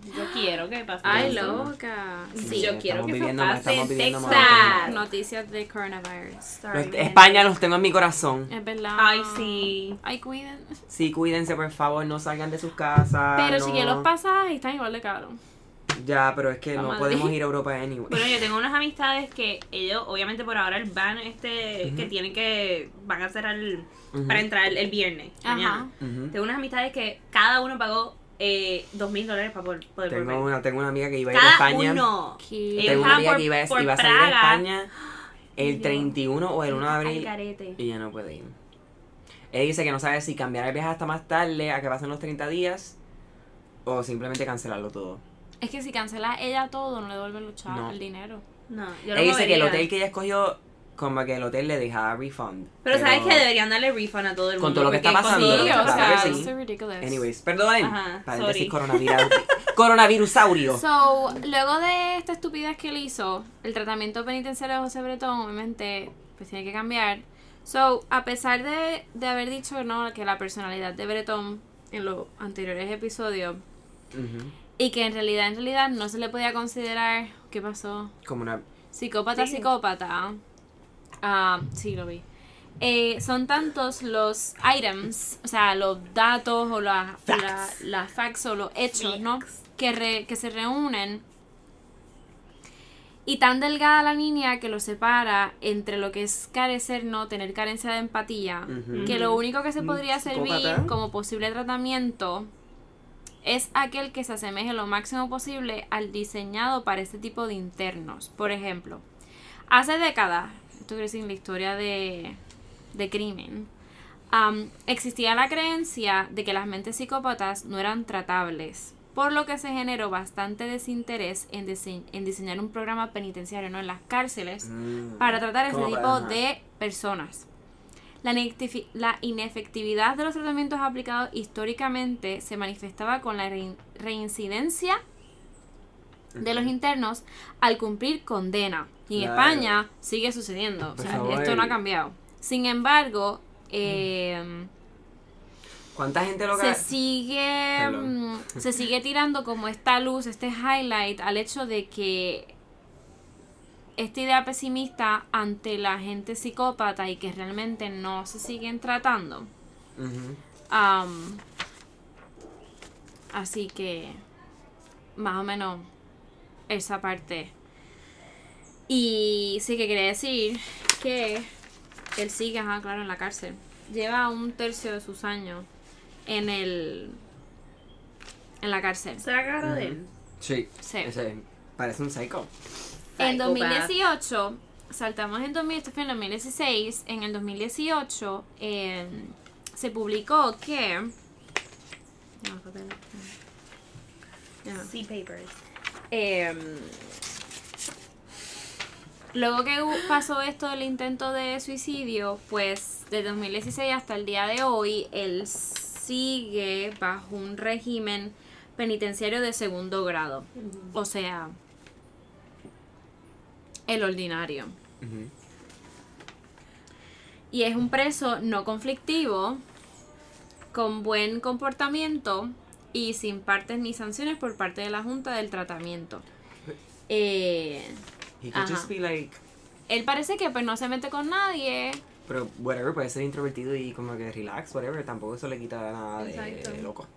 Speaker 4: Yo quiero que pase.
Speaker 2: Ay,
Speaker 1: no.
Speaker 2: loca. Sí.
Speaker 4: yo
Speaker 1: estamos
Speaker 4: quiero que eso
Speaker 1: viviendo-
Speaker 4: pase
Speaker 1: estamos
Speaker 4: en
Speaker 1: viviendo
Speaker 4: Texas.
Speaker 1: momentos.
Speaker 2: Noticias de coronavirus.
Speaker 1: Los-
Speaker 4: Sorry, man.
Speaker 1: Este, España los tengo en mi corazón.
Speaker 2: Es verdad.
Speaker 4: Ay, sí.
Speaker 2: Ay, cuiden.
Speaker 1: Sí, cuídense, por favor, no salgan de sus casas.
Speaker 2: Pero
Speaker 1: Ah, no.
Speaker 2: si que los pasajes están igual de caros.
Speaker 1: Ya, pero es que
Speaker 2: A
Speaker 1: no
Speaker 2: Madrid.
Speaker 1: podemos ir a Europa anyway.
Speaker 4: Bueno, yo tengo unas amistades que ellos, obviamente por ahora el van este, que
Speaker 1: Ujú.
Speaker 4: tienen que, van a cerrar el-
Speaker 1: Ujú.
Speaker 4: para entrar el, el viernes,
Speaker 2: Ajá.
Speaker 4: mañana.
Speaker 1: Ujú.
Speaker 4: Tengo unas amistades que cada uno pagó eh, dos mil dólares para poder, poder
Speaker 1: Tengo
Speaker 4: volver.
Speaker 1: una, tengo una amiga que iba a ir a
Speaker 4: Cada
Speaker 1: España.
Speaker 4: uno.
Speaker 2: Cute.
Speaker 1: Tengo
Speaker 4: Ajá,
Speaker 1: una amiga
Speaker 4: por-
Speaker 1: que iba a,
Speaker 4: por
Speaker 1: iba a salir a
Speaker 4: Praga.
Speaker 1: España el
Speaker 4: Dios.
Speaker 1: 31 o el 1 de
Speaker 4: Al
Speaker 1: abril
Speaker 4: garete.
Speaker 1: y ya no puede ir. Ella dice que no sabe si cambiar el viaje hasta más tarde, a que pasen los 30 días, o simplemente cancelarlo todo.
Speaker 2: Es que si cancela ella todo, no le devuelven los chavos,
Speaker 1: No.
Speaker 2: el dinero.
Speaker 4: No, yo
Speaker 1: Ella
Speaker 4: lo
Speaker 1: dice que el
Speaker 4: movería.
Speaker 1: hotel que ella escogió, como que el hotel le dejaba refund.
Speaker 4: Pero sabes que deberían darle refund a todo el
Speaker 1: Con
Speaker 4: mundo.
Speaker 1: todo lo que
Speaker 4: porque
Speaker 1: está
Speaker 4: con
Speaker 1: pasando,
Speaker 4: todo
Speaker 2: Sí,
Speaker 4: lo
Speaker 2: o
Speaker 4: que
Speaker 1: claro
Speaker 4: está
Speaker 2: sea,
Speaker 1: que
Speaker 2: it's
Speaker 1: sí.
Speaker 2: so ridiculous.
Speaker 1: Anyways, perdonen.
Speaker 4: Ajá,
Speaker 1: para decir
Speaker 4: sorry.
Speaker 1: coronavirus. coronavirusaurio.
Speaker 2: So, luego de esta estupidez que él hizo, el tratamiento penitenciario de José Bretón, obviamente, pues tiene que cambiar. So, a pesar de, de haber dicho ¿no? que la personalidad de Bretón en los anteriores episodios,
Speaker 1: Ujú.
Speaker 2: y que en realidad, en realidad no se le podía considerar, ¿qué pasó?
Speaker 1: Como una.
Speaker 2: Psicópata,
Speaker 4: Sí.
Speaker 2: psicópata. Ah, sí, lo vi. eh, son tantos los items, o sea, los datos o las
Speaker 1: Facts.
Speaker 2: la- las facts o los hechos, ¿no? Que, re- que se reúnen. Y tan delgada la línea que lo separa entre lo que es carecer, no tener carencia de empatía,
Speaker 1: Ujú.
Speaker 2: que lo único que se podría servir
Speaker 1: psicópata.
Speaker 2: como posible tratamiento es aquel que se asemeje lo máximo posible al diseñado para este tipo de internos. Por ejemplo, hace décadas, esto crece en la historia de, de crimen, am, existía la creencia de que las mentes psicópatas no eran tratables, por lo que se generó bastante desinterés en, dise- en diseñar un programa penitenciario ¿no? en las cárceles
Speaker 1: Mm.
Speaker 2: para tratar este
Speaker 1: Como para-
Speaker 2: tipo
Speaker 1: ajá.
Speaker 2: de personas. La, inefecti- la inefectividad de los tratamientos aplicados históricamente se manifestaba con la rein- reincidencia de los internos al cumplir condena. Y en
Speaker 1: Claro.
Speaker 2: España sigue sucediendo. O
Speaker 1: Por
Speaker 2: sea,
Speaker 1: favor.
Speaker 2: esto no ha cambiado. Sin embargo, eh,
Speaker 1: ¿Cuánta gente lo
Speaker 2: se
Speaker 1: que
Speaker 2: sigue
Speaker 1: Perdón.
Speaker 2: mm, se sigue tirando como esta luz, este highlight al hecho de que esta idea pesimista ante la gente psicópata y que realmente no se siguen tratando.
Speaker 1: Ujú.
Speaker 2: Am, así que más o menos esa parte. Y sí que quería decir que él sigue, ajá, claro, en la cárcel. Lleva un tercio de sus años en el en la cárcel.
Speaker 4: Se la agarra de él.
Speaker 1: Sí.
Speaker 2: Sí.
Speaker 1: Ese parece un psycho.
Speaker 2: En
Speaker 4: Psychopath.
Speaker 2: 2018, saltamos en 2000, esto fue en 2016, en el 2018 eh, se publicó que... No, papel. Ya.
Speaker 4: Sea papers.
Speaker 2: Em, luego que hu- pasó esto del intento de suicidio, pues de 2016 hasta el día de hoy, él sigue bajo un régimen penitenciario de segundo grado. O sea, el ordinario.
Speaker 1: Ujú.
Speaker 2: Y es un preso no conflictivo, con buen comportamiento y sin partes ni sanciones por parte de la Junta del Tratamiento. Eh,
Speaker 1: He could
Speaker 2: Ajá.
Speaker 1: just be like,
Speaker 2: él parece que pues no se mete con nadie.
Speaker 1: pero whatever, puede ser introvertido y como que relax, whatever, tampoco eso le quita nada de
Speaker 4: Exacto.
Speaker 1: loco.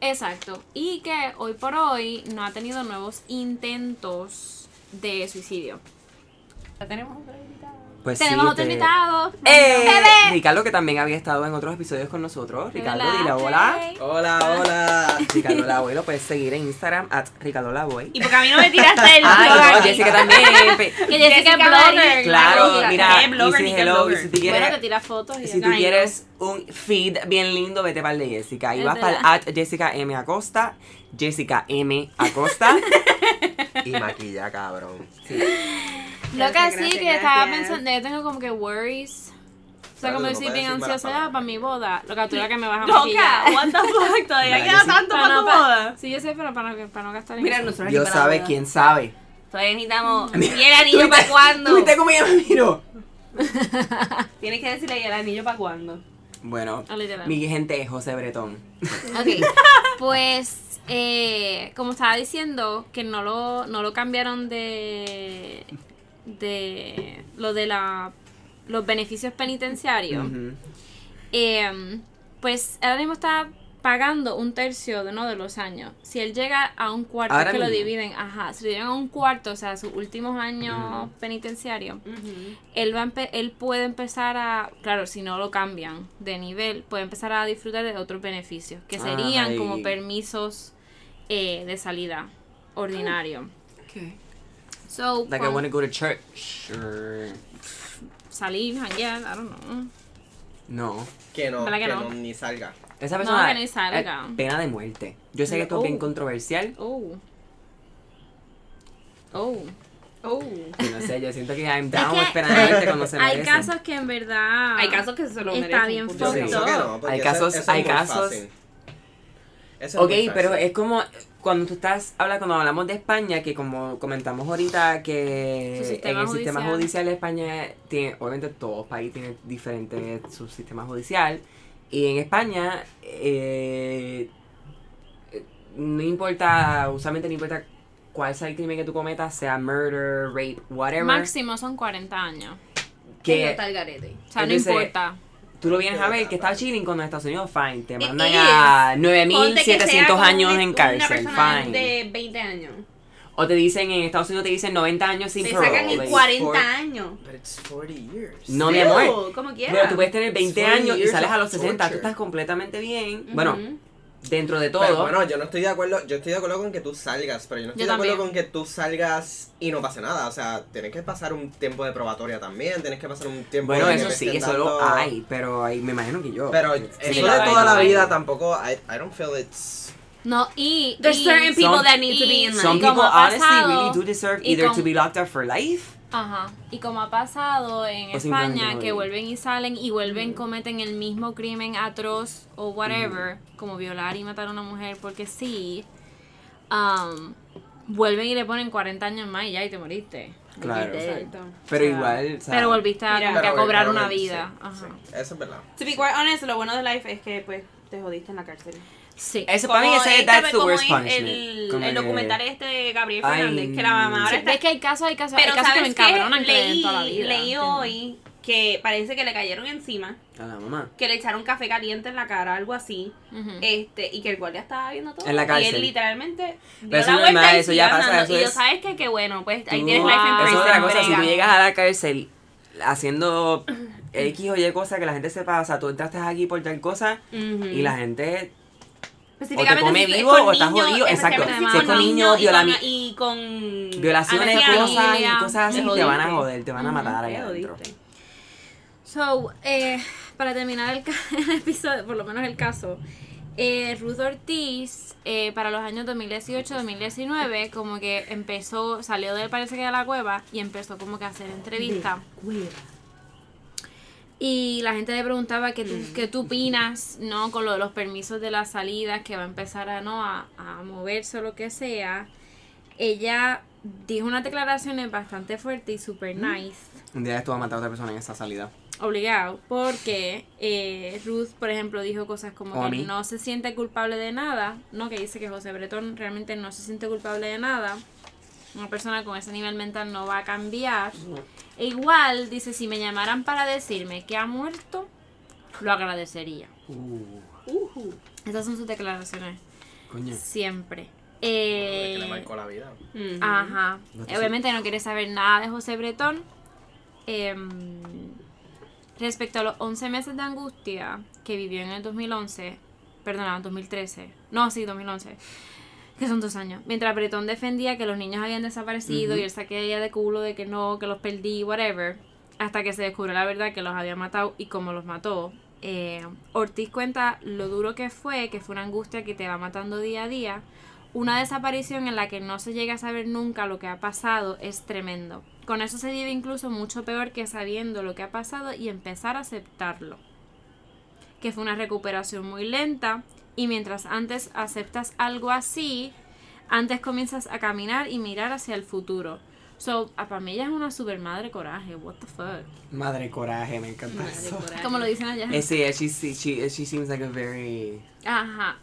Speaker 2: Exacto. Y que hoy por hoy no ha tenido nuevos intentos de suicidio.
Speaker 4: Ya tenemos otra invitada.
Speaker 1: Pues
Speaker 2: Tenemos
Speaker 1: sí,
Speaker 2: otro
Speaker 1: este-
Speaker 2: invitado.
Speaker 1: ¡Eh! Ricardo, que también había estado en otros episodios con nosotros. Ricardo,
Speaker 2: Hola.
Speaker 1: dile hola.
Speaker 2: Hey.
Speaker 1: Hola, hola. Ricardo Lavoy, lo puedes seguir en Instagram, at Ricardo Lavoy.
Speaker 4: Y porque a mí no me tiraste el
Speaker 1: Ay,
Speaker 4: blog
Speaker 1: no,
Speaker 4: aquí.
Speaker 1: Jessica también. pe-
Speaker 2: Que Jessica,
Speaker 4: Jessica
Speaker 2: es blogger.
Speaker 4: Blogger.
Speaker 1: Claro,
Speaker 4: Claro,
Speaker 1: mira,
Speaker 4: qué blogger,
Speaker 1: y si
Speaker 4: ni qué
Speaker 1: hello,
Speaker 4: blogger.
Speaker 1: y si tú
Speaker 2: Bueno, que
Speaker 1: quieres,
Speaker 2: tira fotos. y
Speaker 1: si
Speaker 2: ya.
Speaker 1: tú
Speaker 4: Ay, no.
Speaker 1: quieres un feed bien lindo, vete para el de Jessica. Y
Speaker 2: Es
Speaker 1: vas para el
Speaker 2: verdad.
Speaker 1: at Jessica M. Acosta, Jessica M. Acosta y maquilla, cabrón. Sí.
Speaker 2: Loca,
Speaker 4: Gracias,
Speaker 2: sí,
Speaker 4: gracias,
Speaker 2: que estaba
Speaker 4: gracias.
Speaker 2: pensando, yo tengo como que worries. O sea,
Speaker 1: Claro,
Speaker 2: como
Speaker 1: no
Speaker 2: estoy
Speaker 1: puedes
Speaker 2: bien
Speaker 1: decir para
Speaker 2: ansiosa
Speaker 1: palabra.
Speaker 2: ya para mi boda. Loca, tú la que me vas a
Speaker 4: Loca,
Speaker 2: maquillar.
Speaker 4: what the fuck, todavía
Speaker 1: Mira,
Speaker 4: queda
Speaker 1: Jessica.
Speaker 4: tanto para tu
Speaker 2: Para-
Speaker 4: boda.
Speaker 2: Sí, yo sé, pero para no, para no gastar en
Speaker 4: Mira,
Speaker 2: eso.
Speaker 4: nosotros aquí
Speaker 1: Dios
Speaker 4: para la
Speaker 1: sabe,
Speaker 4: boda.
Speaker 1: quién sabe.
Speaker 4: Todavía necesitamos. ¿Y el anillo para cuándo?
Speaker 1: ¿Viste cómo ella me miró?
Speaker 4: Tienes que decirle, ¿y el anillo para cuándo?
Speaker 1: Bueno,
Speaker 2: Ah, literal.
Speaker 1: mi gente es José Bretón.
Speaker 2: Ok, pues eh, como estaba diciendo que no lo, no lo cambiaron de de lo de la los beneficios penitenciarios.
Speaker 1: Ujú.
Speaker 2: eh, pues ahora mismo está pagando un tercio de uno de los años. Si él llega a un cuarto
Speaker 1: Ahora
Speaker 2: es que lo
Speaker 1: mismo.
Speaker 2: dividen, ajá, si lo llevan a un cuarto, o sea, sus últimos años
Speaker 1: Ujú.
Speaker 2: penitenciarios, él va a empe- él puede empezar a, claro, si no lo cambian de nivel, puede empezar a disfrutar de otros beneficios, que serían
Speaker 1: Ay.
Speaker 2: como permisos eh, de salida ordinario. So,
Speaker 1: Like I
Speaker 2: cuan-
Speaker 1: wanna go to church. Sure.
Speaker 2: salir, janguear, I don't know.
Speaker 1: No.
Speaker 5: Que no,
Speaker 2: ¿Verdad que
Speaker 5: que
Speaker 2: no?
Speaker 5: no ni salga.
Speaker 1: Esa
Speaker 2: No,
Speaker 1: persona.
Speaker 2: que ni salga.
Speaker 1: eh, pena de muerte. Yo sé que esto es bien
Speaker 2: Oh.
Speaker 1: controversial.
Speaker 2: Oh. Oh.
Speaker 4: Oh.
Speaker 1: y No sé, yo siento que I'm
Speaker 2: Es
Speaker 1: down
Speaker 2: que
Speaker 1: with pena de muerte cuando se
Speaker 2: hay
Speaker 1: merecen.
Speaker 2: casos que en verdad
Speaker 4: Hay casos que se lo
Speaker 2: Está
Speaker 4: merecen.
Speaker 2: bien
Speaker 4: punto.
Speaker 5: Yo pienso que no, porque
Speaker 1: Hay
Speaker 5: eso-
Speaker 1: casos-
Speaker 5: eso es
Speaker 1: hay
Speaker 5: muy
Speaker 1: casos-
Speaker 5: fácil. Eso es
Speaker 1: Ok,
Speaker 5: muy fácil.
Speaker 1: pero es como cuando tú estás habla cuando hablamos de España, que como comentamos ahorita que
Speaker 2: Su sistema
Speaker 1: en el sistema
Speaker 2: judicial.
Speaker 1: judicial de España tiene, obviamente todos los países tienen diferentes su sistema judicial y en España eh, eh, no importa, usualmente no importa cuál sea el crimen que tú cometas, sea murder, rape, whatever,
Speaker 2: máximo son 40 años.
Speaker 4: Que no
Speaker 1: que
Speaker 4: está el garete.
Speaker 2: O sea, no
Speaker 1: Entonces,
Speaker 2: importa.
Speaker 1: tú lo vienes a ver que está chilling con los Estados Unidos, fine. Te
Speaker 4: Es-
Speaker 1: mandan a
Speaker 4: Ponte que sea
Speaker 1: 9.700
Speaker 4: como
Speaker 1: años
Speaker 4: una-
Speaker 1: en cárcel,
Speaker 4: Una persona
Speaker 1: fine.
Speaker 4: de 20 años.
Speaker 1: O te dicen, en Estados Unidos te dicen 90 años sin
Speaker 4: Te
Speaker 1: parole.
Speaker 4: sacan en
Speaker 1: like,
Speaker 4: 40
Speaker 5: por-
Speaker 4: años.
Speaker 5: But it's 40 years.
Speaker 1: No, mi
Speaker 4: Ew,
Speaker 1: amor.
Speaker 4: Como
Speaker 1: Pero
Speaker 4: quieras.
Speaker 1: tú puedes tener 20
Speaker 5: 40
Speaker 1: años y
Speaker 5: years
Speaker 1: sales a
Speaker 5: of
Speaker 1: los 60. Tú
Speaker 5: torture.
Speaker 1: estás completamente bien.
Speaker 4: Ujú.
Speaker 1: Bueno, dentro de todo.
Speaker 5: Pero bueno, yo no estoy de acuerdo, yo estoy de acuerdo con que tú salgas, pero yo no estoy
Speaker 2: Yo
Speaker 5: de acuerdo
Speaker 2: también.
Speaker 5: con que tú salgas y no pase nada, o sea, tienes que pasar un tiempo de probatoria también, tienes que pasar un tiempo
Speaker 1: Bueno,
Speaker 5: de que
Speaker 1: eso
Speaker 5: te
Speaker 1: sí,
Speaker 5: estén
Speaker 1: eso lo
Speaker 5: dando-
Speaker 1: hay, pero ahí me imagino que yo.
Speaker 5: Pero
Speaker 1: Sí,
Speaker 5: eso
Speaker 1: lo
Speaker 5: de
Speaker 1: hay,
Speaker 5: toda
Speaker 1: lo
Speaker 5: la
Speaker 1: hay.
Speaker 5: vida tampoco, I, I don't feel it's...
Speaker 2: No, y.
Speaker 4: There's
Speaker 2: y-
Speaker 4: certain people
Speaker 1: Some-
Speaker 4: that need to be in
Speaker 2: y-
Speaker 4: life.
Speaker 1: Some
Speaker 2: Y como
Speaker 1: people
Speaker 2: ha
Speaker 1: honestly
Speaker 2: pasado,
Speaker 1: really do deserve
Speaker 2: y
Speaker 1: either
Speaker 2: con-
Speaker 1: to be locked up for life.
Speaker 2: Ajá. Y como ha pasado en
Speaker 5: Pues
Speaker 1: O simplemente
Speaker 2: España,
Speaker 1: no
Speaker 2: que
Speaker 1: ir.
Speaker 2: vuelven y salen y vuelven, cometen el mismo crimen atroz o whatever, como violar y matar a una mujer porque sí, um, vuelven y le ponen 40 años más y ya y te moriste.
Speaker 1: Claro.
Speaker 4: Exacto.
Speaker 1: Pero
Speaker 2: O sea,
Speaker 1: igual. o sea,
Speaker 2: pero volviste a,
Speaker 4: Mira.
Speaker 2: como que a
Speaker 5: pero-
Speaker 2: cobrar
Speaker 5: pero-
Speaker 2: una
Speaker 5: sí,
Speaker 2: vida.
Speaker 5: sí,
Speaker 2: Ajá.
Speaker 5: eso es verdad.
Speaker 4: To be quite honest, lo bueno de life es que pues te jodiste en la cárcel.
Speaker 2: Sí.
Speaker 1: Ese para mí,
Speaker 4: Como
Speaker 1: ese
Speaker 4: esta
Speaker 1: that's
Speaker 4: vez,
Speaker 1: the
Speaker 4: como
Speaker 1: worst
Speaker 4: es
Speaker 1: punishment.
Speaker 4: El,
Speaker 1: Como
Speaker 4: el
Speaker 1: que-
Speaker 4: documental este de Gabriel
Speaker 1: Ay,
Speaker 4: Fernández, que la mamá ahora
Speaker 1: sí.
Speaker 4: está...
Speaker 2: Es que hay casos, hay casos, hay
Speaker 4: Pero
Speaker 2: casos que me
Speaker 4: ¿sabes
Speaker 2: encabronan
Speaker 4: qué?
Speaker 2: que le den toda la
Speaker 4: Leí,
Speaker 2: vida.
Speaker 4: leí
Speaker 2: ¿entiendes?
Speaker 4: hoy que parece que le cayeron encima,
Speaker 1: A la mamá.
Speaker 4: que le echaron café caliente en la cara, algo así,
Speaker 2: Ujú.
Speaker 4: este y que el guardia estaba viendo todo.
Speaker 1: Mm. En la
Speaker 4: Y
Speaker 1: cárcel.
Speaker 4: él literalmente dio
Speaker 1: Pero eso
Speaker 4: la
Speaker 1: no es
Speaker 4: vuelta
Speaker 1: nada,
Speaker 4: y
Speaker 1: eso
Speaker 4: siguió
Speaker 1: ya pasa,
Speaker 4: andando.
Speaker 1: eso
Speaker 4: y yo,
Speaker 1: es-
Speaker 4: ¿sabes qué? Qué bueno, pues ahí
Speaker 1: Tú-
Speaker 4: tienes life in
Speaker 2: Wow.
Speaker 1: Eso
Speaker 4: prison.
Speaker 1: es otra cosa. Si tú
Speaker 4: brega.
Speaker 1: llegas a la cárcel haciendo X o Y cosa que la gente sepa, o sea, tú entraste aquí por tal cosa
Speaker 4: Ujú.
Speaker 1: y la gente
Speaker 4: Específicamente
Speaker 1: come
Speaker 4: si es
Speaker 1: vivo
Speaker 4: con
Speaker 1: o estás
Speaker 4: niños,
Speaker 1: jodido, exacto.
Speaker 4: especialmente
Speaker 2: Si es con
Speaker 1: niños,
Speaker 4: y con-
Speaker 1: violami-
Speaker 4: y con
Speaker 1: violaciones,
Speaker 4: ancianos.
Speaker 1: cosas y
Speaker 2: familia,
Speaker 1: cosas así
Speaker 4: te
Speaker 1: te van a
Speaker 4: jodiste.
Speaker 1: joder, te van a matar
Speaker 4: Te
Speaker 1: allá adentro.
Speaker 4: jodiste.
Speaker 2: So, eh, para terminar el, ca- el episodio, por lo menos el caso, eh, Ruth Ortiz, eh, para los años 2018-2019, como que empezó, salió de parece que de la cueva y empezó como que a hacer entrevistas. Y la gente le preguntaba qué tú, qué tú opinas, ¿no? Con lo de los permisos de las salidas, que va a empezar a, ¿no? a, a moverse o lo que sea. Ella dijo unas declaraciones bastante fuertes y super nice.
Speaker 1: Un día esto va a matar a otra persona en esa salida.
Speaker 2: Obligado, porque eh, Ruth, por ejemplo, dijo cosas como
Speaker 1: O a
Speaker 2: que
Speaker 1: mí.
Speaker 2: no se siente culpable de nada, ¿no? Que dice que José Bretón realmente no se siente culpable de nada. Una persona con ese nivel mental no va a cambiar. E igual, dice, si me llamaran para decirme que ha muerto, lo agradecería.
Speaker 1: Uh,
Speaker 4: Ujú.
Speaker 2: Esas son sus declaraciones,
Speaker 1: coño.
Speaker 2: siempre.
Speaker 5: Porque
Speaker 2: Eh,
Speaker 5: le marcó la vida.
Speaker 4: Ujú.
Speaker 2: Ajá.
Speaker 1: No te
Speaker 2: Obviamente no quiere saber nada de José Bretón. Em, respecto a los 11 meses de angustia que vivió en el 2011, perdona, 2013, no, sí, 2011, que son dos años, mientras Bretón defendía que los niños habían desaparecido
Speaker 1: Ujú.
Speaker 2: y él saqueía de culo de que no, que los perdí, whatever, hasta que se descubrió la verdad que los había matado y cómo los mató. Eh, Ortiz cuenta lo duro que fue, que fue una angustia que te va matando día a día. Una desaparición en la que no se llega a saber nunca lo que ha pasado es tremendo. Con eso se vive incluso mucho peor que sabiendo lo que ha pasado y empezar a aceptarlo. Que fue una recuperación muy lenta y mientras antes aceptas algo así, antes comienzas a caminar y mirar hacia el futuro. So, a para mí ella es una super madre coraje, what the fuck.
Speaker 1: Madre coraje, me encanta
Speaker 4: Madre
Speaker 1: eso.
Speaker 4: coraje.
Speaker 2: Como lo dicen allá.
Speaker 1: Eh, sí, eh, she, she, she, she seems like a very...
Speaker 2: Ajá,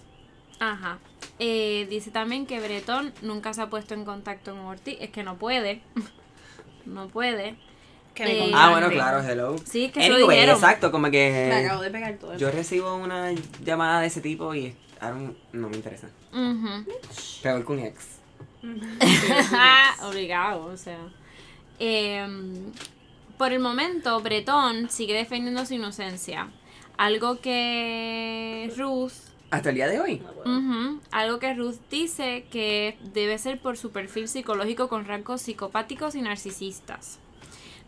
Speaker 2: ajá. Eh, dice también que Bretón nunca se ha puesto en contacto con Ortiz. Es que no puede. no puede.
Speaker 4: Que me
Speaker 2: Eh,
Speaker 4: contaste.
Speaker 1: Ah, bueno, claro, hello.
Speaker 2: Sí, que se lo
Speaker 1: Anyway,
Speaker 2: dijeron.
Speaker 1: exacto, como
Speaker 4: Me
Speaker 1: que...
Speaker 4: acabo de pegar todo.
Speaker 1: Yo recibo una llamada de ese tipo y I don't- no me interesa.
Speaker 2: Ujú.
Speaker 1: Peor que un ex.
Speaker 2: Obligado, o sea. Em, por el momento, Bretón sigue defendiendo su inocencia. Algo que Ruth
Speaker 1: Hasta el día de hoy.
Speaker 2: Ujú. Algo que Ruth dice que debe ser por su perfil psicológico con rasgos psicopáticos y narcisistas.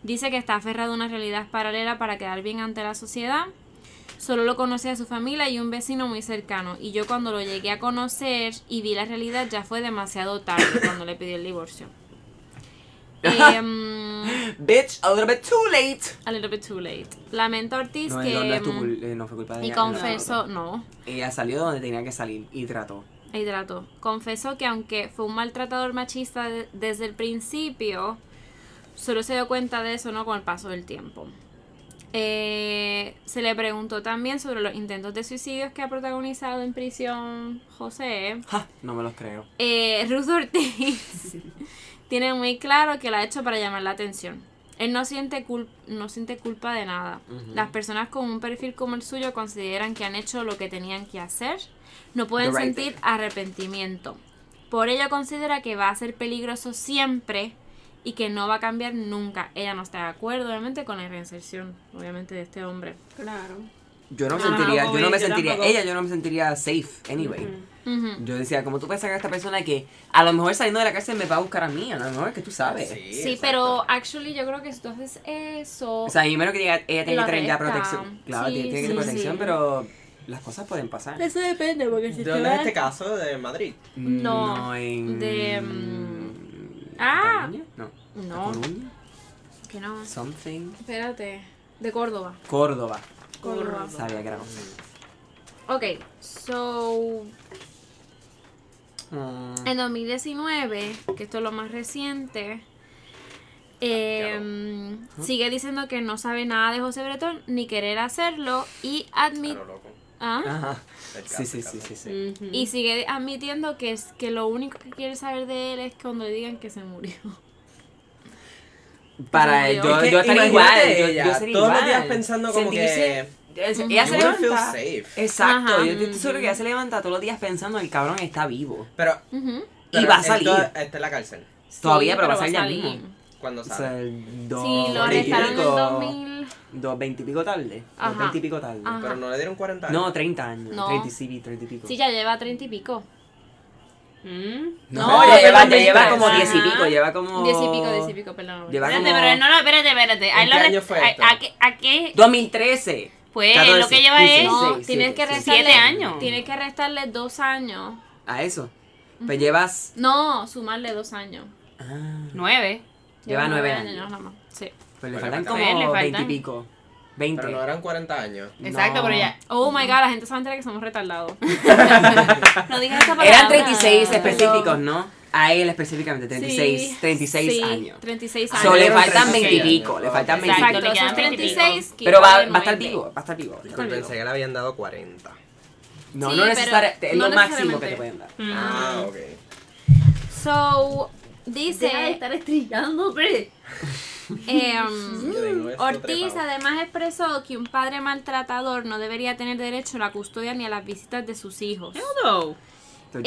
Speaker 2: Dice que está aferrado a una realidad paralela para quedar bien ante la sociedad. Solo lo conocía a su familia y un vecino muy cercano. Y yo cuando lo llegué a conocer y vi la realidad ya fue demasiado tarde cuando le pedí el divorcio. Em,
Speaker 1: Bitch, a little bit too late.
Speaker 2: a little bit too late. Lamento Ortiz
Speaker 1: No,
Speaker 2: que...
Speaker 1: no, no es tu
Speaker 2: em,
Speaker 1: cul- eh, no fue culpa de
Speaker 2: y
Speaker 1: ella. no, no, no.
Speaker 2: confesó... No.
Speaker 1: Ella salió donde tenía que salir y trató.
Speaker 2: e hidrató. Confesó que aunque fue un maltratador machista de- desde el principio, solo se dio cuenta de eso no con el paso del tiempo. Eh, se le preguntó también sobre los intentos de suicidios que ha protagonizado en prisión José.
Speaker 1: Ja, no me los creo.
Speaker 2: Eh, Ruth Ortiz tiene muy claro que lo ha hecho para llamar la atención. Él no siente, cul- no siente culpa de nada.
Speaker 1: Ujú.
Speaker 2: Las personas con un perfil como el suyo consideran que han hecho lo que tenían que hacer. No pueden
Speaker 1: The right
Speaker 2: sentir
Speaker 1: thing.
Speaker 2: arrepentimiento. Por ello considera que va a ser peligroso siempre y que no va a cambiar nunca. Ella no está de acuerdo, obviamente, con la reinserción, obviamente, de este hombre.
Speaker 4: Claro.
Speaker 1: Yo
Speaker 2: Ah,
Speaker 1: no me
Speaker 4: Yo
Speaker 1: sentiría, yo
Speaker 4: tampoco,
Speaker 1: no me
Speaker 4: yo
Speaker 1: sentiría,
Speaker 4: tampoco.
Speaker 1: ella yo no me sentiría safe, anyway.
Speaker 2: Mm-hmm. Ujú.
Speaker 1: Yo decía, como tú puedes sacar a esta persona que a lo mejor saliendo de la cárcel me va a buscar a mí? A lo mejor que tú sabes.
Speaker 2: Sí,
Speaker 5: exacto.
Speaker 2: pero actually yo creo que si tú haces eso...
Speaker 1: O sea, primero que diga, ella tiene
Speaker 2: Lo
Speaker 1: que tener ya
Speaker 2: arrestan.
Speaker 1: protección. Claro,
Speaker 2: Sí,
Speaker 1: tiene, tiene que
Speaker 2: sí,
Speaker 1: tener protección,
Speaker 2: sí. Pues,
Speaker 1: pero las cosas pueden pasar.
Speaker 2: eso depende, porque
Speaker 5: ¿De dónde es este caso? De Madrid.
Speaker 2: No,
Speaker 1: Mm, en-
Speaker 2: de, mm, ah.
Speaker 1: ¿Cataluña? No.
Speaker 2: No.
Speaker 1: ¿Cataluña?
Speaker 2: Que no.
Speaker 1: Something.
Speaker 2: Espérate. De Córdoba.
Speaker 1: Córdoba.
Speaker 2: Córdoba.
Speaker 1: Sabía que era Córdoba.
Speaker 5: Mm,
Speaker 2: Ok, so.
Speaker 5: Mm.
Speaker 1: Ah,
Speaker 2: En 2019, que esto es lo más reciente, eh, sigue diciendo que no sabe nada de José Bretón ni querer hacerlo y
Speaker 5: A
Speaker 2: admite.
Speaker 5: lo loco.
Speaker 1: Ajá.
Speaker 5: El caso,
Speaker 1: Sí, sí,
Speaker 5: el
Speaker 1: sí,
Speaker 5: caso.
Speaker 1: sí, sí.
Speaker 2: Y sigue admitiendo que es que lo único que quiere saber de él es cuando le digan que se murió.
Speaker 1: Para
Speaker 2: Es
Speaker 1: yo,
Speaker 5: que
Speaker 1: yo estaría igual.
Speaker 5: imagínate
Speaker 1: Yo,
Speaker 5: ella,
Speaker 1: yo sería
Speaker 5: todos los
Speaker 1: igual.
Speaker 5: días pensando como
Speaker 1: Sentirse- es- Ella
Speaker 5: You
Speaker 1: se
Speaker 5: wouldn't feel
Speaker 1: levanta.
Speaker 5: safe.
Speaker 1: Exacto.
Speaker 2: Ajá.
Speaker 1: Yo estoy seguro que ella se levanta todos los días pensando el cabrón está vivo.
Speaker 5: Pero,
Speaker 2: Ujú.
Speaker 5: pero
Speaker 1: va a
Speaker 5: él
Speaker 1: salir.
Speaker 5: toda- está en la cárcel.
Speaker 1: Todavía,
Speaker 2: Sí,
Speaker 1: pero va a
Speaker 2: va
Speaker 1: salir ya
Speaker 2: salir.
Speaker 1: mismo.
Speaker 5: Cuando
Speaker 1: O sea,
Speaker 5: sale.
Speaker 1: el dos
Speaker 2: Sí, lo arrestaron en 2000.
Speaker 1: Dos veintipico tarde. Dos
Speaker 2: Ajá.
Speaker 1: veintipico tarde.
Speaker 2: Ajá.
Speaker 5: Pero no le dieron 40 años.
Speaker 1: No, 30 años.
Speaker 2: No.
Speaker 1: 30 y treinta y pico.
Speaker 2: Sí, ya lleva treinta y pico.
Speaker 1: No,
Speaker 4: Mm.
Speaker 2: No,
Speaker 1: ya
Speaker 2: lleva
Speaker 1: lleva, ya lleva
Speaker 2: 30.
Speaker 1: como 10 y
Speaker 2: Ajá.
Speaker 1: pico, lleva como...
Speaker 2: Diez y pico, diez y pico, perdón.
Speaker 1: Lleva
Speaker 4: Espérate,
Speaker 1: como-
Speaker 4: pero él no, no, espérate, espérate. A él
Speaker 5: ¿En
Speaker 4: lo
Speaker 5: qué
Speaker 4: re-
Speaker 5: año fue
Speaker 4: a-
Speaker 5: esto?
Speaker 4: a qué- a qué-
Speaker 1: 2013.
Speaker 4: Pues, lo que lleva es-
Speaker 2: No, tienes que
Speaker 1: restar
Speaker 2: restarle-
Speaker 4: Siete años.
Speaker 2: Tienes que restarle dos años.
Speaker 1: A eso. Pues llevas...
Speaker 2: No, sumarle dos años.
Speaker 1: ah,
Speaker 4: Nueve.
Speaker 1: lleva 9 años.
Speaker 2: nada más. Sí.
Speaker 1: Pues le
Speaker 5: Pues
Speaker 1: faltan
Speaker 5: le
Speaker 1: como
Speaker 4: faltan.
Speaker 1: 20 y pico. 20.
Speaker 5: Pero no eran 40 años.
Speaker 4: Exacto,
Speaker 1: No.
Speaker 4: pero ya.
Speaker 2: Oh my god, la gente se va a enterar que somos retardados.
Speaker 4: No digas esa palabra.
Speaker 1: Eran 36
Speaker 2: Perdón.
Speaker 1: específicos, ¿no? A él específicamente, 36,
Speaker 2: Sí,
Speaker 1: 36
Speaker 2: sí,
Speaker 1: años.
Speaker 2: 36 años.
Speaker 1: Solo le
Speaker 5: Eran
Speaker 1: faltan
Speaker 5: 36
Speaker 1: 20 y pico,
Speaker 5: años.
Speaker 1: le faltan 20 y
Speaker 2: Exacto,
Speaker 1: pico.
Speaker 4: le
Speaker 2: esos
Speaker 4: quedan
Speaker 2: 36.
Speaker 1: Pero va,
Speaker 2: quizás
Speaker 1: va a estar
Speaker 2: 90.
Speaker 1: vivo, va a estar vivo. va a estar
Speaker 5: Yo
Speaker 1: vivo.
Speaker 5: pensé que le habían dado 40.
Speaker 1: No,
Speaker 2: Sí,
Speaker 1: no
Speaker 2: pero
Speaker 1: necesariamente, es
Speaker 2: no
Speaker 1: lo máximo que
Speaker 2: necesariamente.
Speaker 1: te pueden dar.
Speaker 2: Mm.
Speaker 5: Ah, ok.
Speaker 2: So, dice.
Speaker 4: estrellando, hombre.
Speaker 2: em,
Speaker 5: Yo tengo esto
Speaker 2: Ortiz
Speaker 5: trepado.
Speaker 2: además expresó que un padre maltratador no debería tener derecho a la custodia ni a las visitas de sus hijos.
Speaker 4: No.
Speaker 1: Esto ya es-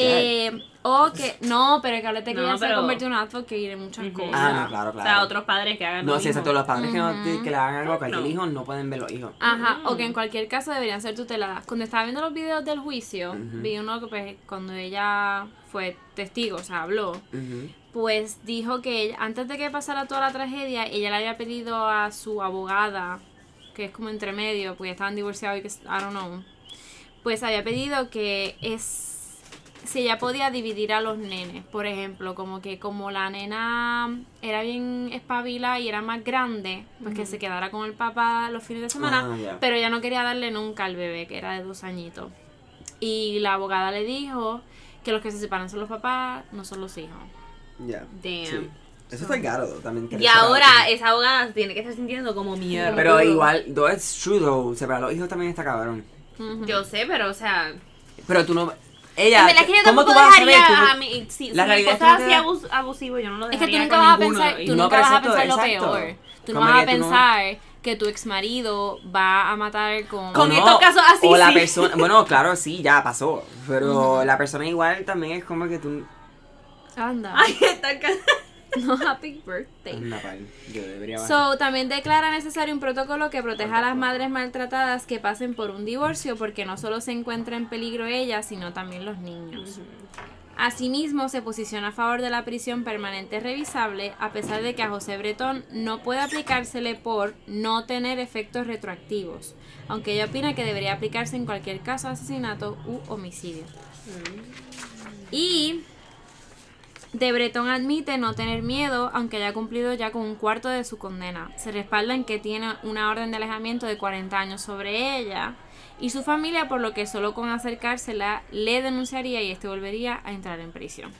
Speaker 2: Eh, o que, no, pero que ahora te
Speaker 4: No,
Speaker 2: quería se
Speaker 4: pero-
Speaker 2: convirtió en un advocate en muchas
Speaker 4: Ujú.
Speaker 2: cosas.
Speaker 1: ah, no, claro,
Speaker 4: O sea,
Speaker 1: claro.
Speaker 4: otros padres que hagan.
Speaker 1: No,
Speaker 4: lo
Speaker 1: si
Speaker 4: mismo.
Speaker 1: exacto, los padres que, no,
Speaker 2: Ujú.
Speaker 1: que le hagan algo a cualquier
Speaker 4: No.
Speaker 1: hijo no pueden ver los hijos.
Speaker 2: Ajá,
Speaker 4: Mm.
Speaker 2: o que en cualquier caso deberían ser tuteladas. Cuando estaba viendo los videos del juicio,
Speaker 1: Ujú.
Speaker 2: vi uno que pues, cuando ella fue testigo, o sea, habló,
Speaker 1: Ujú.
Speaker 2: pues dijo que ella- antes de que pasara toda la tragedia, ella le había pedido a su abogada, que es como entre medio, porque estaban divorciados y que, s- I don't know, pues había pedido que es si ella podía dividir a los nenes, por ejemplo, como que como la nena era bien espabila y era más grande, pues que se quedara con el papá los fines de semana,
Speaker 1: Ah, ya.
Speaker 2: pero ella no quería darle nunca al bebé, que era de dos añitos. Y la abogada le dijo que los que se separan son los papás, no son los hijos.
Speaker 1: Ya.
Speaker 4: Damn.
Speaker 1: Sí. Eso está caro también.
Speaker 4: Y
Speaker 1: interesa
Speaker 4: ahora
Speaker 1: bastante.
Speaker 4: esa abogada se tiene que estar sintiendo como mierda.
Speaker 1: Pero igual, though it's true though, separar los hijos también está cabrón.
Speaker 2: Ujú.
Speaker 4: Yo sé, pero o sea.
Speaker 1: Pero tú no... Ella,
Speaker 4: en verdad es que yo
Speaker 1: ¿cómo tú
Speaker 4: tampoco
Speaker 1: vas a saber?
Speaker 4: dejaría
Speaker 1: Tú-
Speaker 4: a mi. Si,
Speaker 1: la
Speaker 4: si mi
Speaker 1: realidad
Speaker 4: esposo
Speaker 1: es que
Speaker 4: así
Speaker 1: no te
Speaker 4: abus- abusivo, yo no lo
Speaker 2: Es
Speaker 4: dejaría.
Speaker 2: que tú nunca
Speaker 4: con
Speaker 2: vas a
Speaker 4: ninguno
Speaker 2: pensar,
Speaker 4: de
Speaker 2: tú
Speaker 4: ellos.
Speaker 1: No,
Speaker 2: nunca
Speaker 1: pero
Speaker 2: vas a
Speaker 1: exacto,
Speaker 2: pensar lo
Speaker 1: exacto.
Speaker 2: peor. Tú no
Speaker 1: Como
Speaker 2: vas a
Speaker 1: que tú no-
Speaker 2: pensar que tu ex marido va a matar con.
Speaker 4: Con
Speaker 1: o
Speaker 4: estos casos así,
Speaker 1: O la
Speaker 4: sí.
Speaker 1: persona, bueno, claro, sí, ya pasó. Pero la persona igual también es como que tú.
Speaker 2: Anda.
Speaker 4: Ay, está ca-
Speaker 2: No, happy birthday.
Speaker 1: Una pal, yo debería bajar.
Speaker 2: So, también declara necesario un protocolo que proteja a las madres maltratadas que pasen por un divorcio porque no solo se encuentra en peligro ellas, sino también los niños. Asimismo, se posiciona a favor de la prisión permanente revisable, a pesar de que a José Bretón no puede aplicársele por no tener efectos retroactivos, aunque ella opina que debería aplicarse en cualquier caso de asesinato u homicidio. Y de Bretón admite no tener miedo, aunque haya cumplido ya con un cuarto de su condena. Se respalda en que tiene una orden de alejamiento de 40 años sobre ella y su familia, por lo que solo con acercársela le denunciaría y este volvería a entrar en prisión.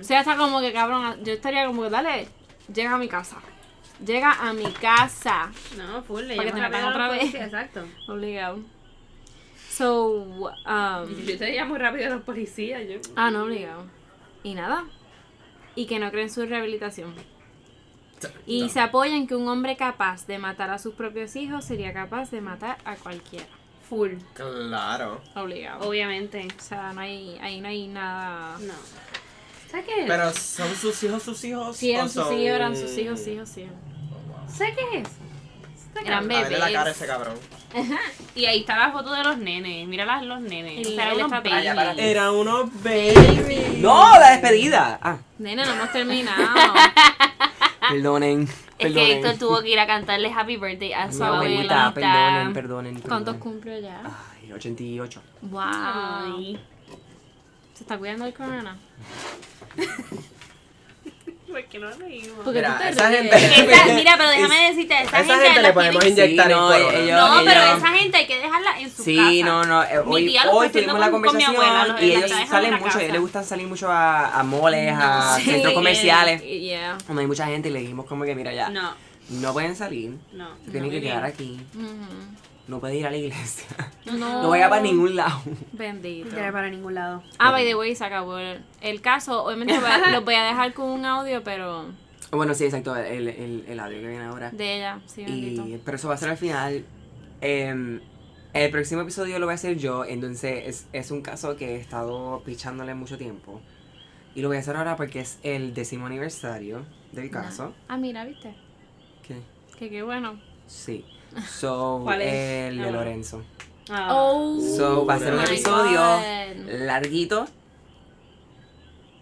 Speaker 2: O sea, está como que cabrón, yo estaría como que dale, llega a mi casa. Llega a mi casa.
Speaker 4: No, full, le
Speaker 2: Para que
Speaker 4: llevas
Speaker 2: te
Speaker 4: la
Speaker 2: metan
Speaker 4: pena a
Speaker 2: otra
Speaker 4: los
Speaker 2: vez.
Speaker 4: policías, Exacto.
Speaker 2: Obligado. So, um,
Speaker 4: Yo te llamo rápido a los policías. Yo.
Speaker 2: ah, no, obligado. Y nada. Y que no creen su rehabilitación. Y se apoya en que un hombre capaz de matar a sus propios hijos sería capaz de matar a cualquiera.
Speaker 4: Ah, Full.
Speaker 5: Claro.
Speaker 2: Obligado.
Speaker 4: Obviamente.
Speaker 2: O sea, no hay, ahí no hay nada.
Speaker 4: No. ¿Sabes qué?
Speaker 5: Pero son sus hijos, sus hijos.
Speaker 2: Si eran
Speaker 5: o
Speaker 2: sus
Speaker 5: son-
Speaker 2: hijos, eran sus hijos, hijos, hijos.
Speaker 4: ¿Sabes qué es? Está
Speaker 2: Eran
Speaker 4: cabrón.
Speaker 5: A verle la cara a
Speaker 2: bebés.
Speaker 5: ese cabrón.
Speaker 4: Y ahí está la foto de los nenes. Mira las- los nenes.
Speaker 2: El-
Speaker 4: O sea,
Speaker 2: el
Speaker 4: unos
Speaker 2: estatua.
Speaker 4: babies.
Speaker 5: Ah,
Speaker 2: Allá para-
Speaker 5: Era unos baby.
Speaker 1: ¡No! ¡La despedida! Ah,
Speaker 2: Nena, no hemos terminado.
Speaker 1: perdonen.
Speaker 4: Es
Speaker 1: Perdonen.
Speaker 4: que Héctor tuvo que ir a cantarle Happy Birthday a su
Speaker 1: Mi abuelita,
Speaker 4: abuelita.
Speaker 1: perdonen, Ah. perdonen.
Speaker 2: ¿Cuántos
Speaker 1: perdonen.
Speaker 2: cumplió ya?
Speaker 1: Ay, 88.
Speaker 2: Wow.
Speaker 4: Ay.
Speaker 2: ¿Se está cuidando el corona?
Speaker 4: ¿Por qué no reímos?
Speaker 2: Porque
Speaker 5: Mira,
Speaker 2: tú te
Speaker 5: esa
Speaker 2: ríes.
Speaker 5: gente-
Speaker 4: Esa- mira, pero déjame decirte, esa,
Speaker 5: Esa gente,
Speaker 4: a la
Speaker 5: le podemos
Speaker 4: tienen-
Speaker 5: inyectar
Speaker 1: Sí,
Speaker 5: el
Speaker 1: no,
Speaker 5: corona.
Speaker 1: ella-
Speaker 4: No, pero
Speaker 1: ella-
Speaker 4: esa gente hay que dejarla en su casa.
Speaker 1: Sí, no, no. eh,
Speaker 4: Mi
Speaker 1: hoy
Speaker 4: tía lo
Speaker 1: hoy
Speaker 4: está haciendo
Speaker 1: tuvimos la
Speaker 4: con- con mi
Speaker 1: conversación
Speaker 4: abuela, los-
Speaker 1: y
Speaker 4: la
Speaker 1: ellos
Speaker 4: traen a
Speaker 1: salen
Speaker 4: la
Speaker 1: mucho. A ellos
Speaker 4: casa.
Speaker 1: les gusta salir mucho a, a moles, a
Speaker 2: Sí. eh,
Speaker 1: centros comerciales.
Speaker 2: Yeah.
Speaker 1: Donde hay mucha gente y le dijimos como que, mira, ya. No,
Speaker 4: No,
Speaker 1: pueden salir.
Speaker 4: no.
Speaker 1: se tienen
Speaker 4: no,
Speaker 1: que
Speaker 4: mi
Speaker 1: quedar
Speaker 4: vida.
Speaker 1: aquí.
Speaker 2: Ujú.
Speaker 1: No pueden ir a la iglesia.
Speaker 2: No.
Speaker 1: No voy a para ningún lado.
Speaker 2: Bendito.
Speaker 4: Literal, para ningún lado.
Speaker 2: Ah, by the way, se acabó el, el caso. Obviamente va- los voy a dejar con un audio, pero
Speaker 1: Bueno, sí, exacto. El, el, el audio que viene ahora.
Speaker 2: de ella, sí, bendito.
Speaker 1: Y, pero eso va a ser al final. Em, el próximo episodio lo voy a hacer yo, entonces es, es un caso que he estado pichándole mucho tiempo. Y lo voy a hacer ahora porque es el décimo aniversario del caso.
Speaker 2: Ah, mira, viste.
Speaker 1: ¿Qué?
Speaker 2: Que qué bueno.
Speaker 1: Sí. So,
Speaker 4: ¿Cuál es?
Speaker 1: el
Speaker 4: Ah,
Speaker 1: de
Speaker 4: bueno.
Speaker 1: Lorenzo.
Speaker 4: Ah.
Speaker 2: Oh,
Speaker 1: So, va a ser un
Speaker 5: my
Speaker 1: episodio
Speaker 2: God.
Speaker 1: larguito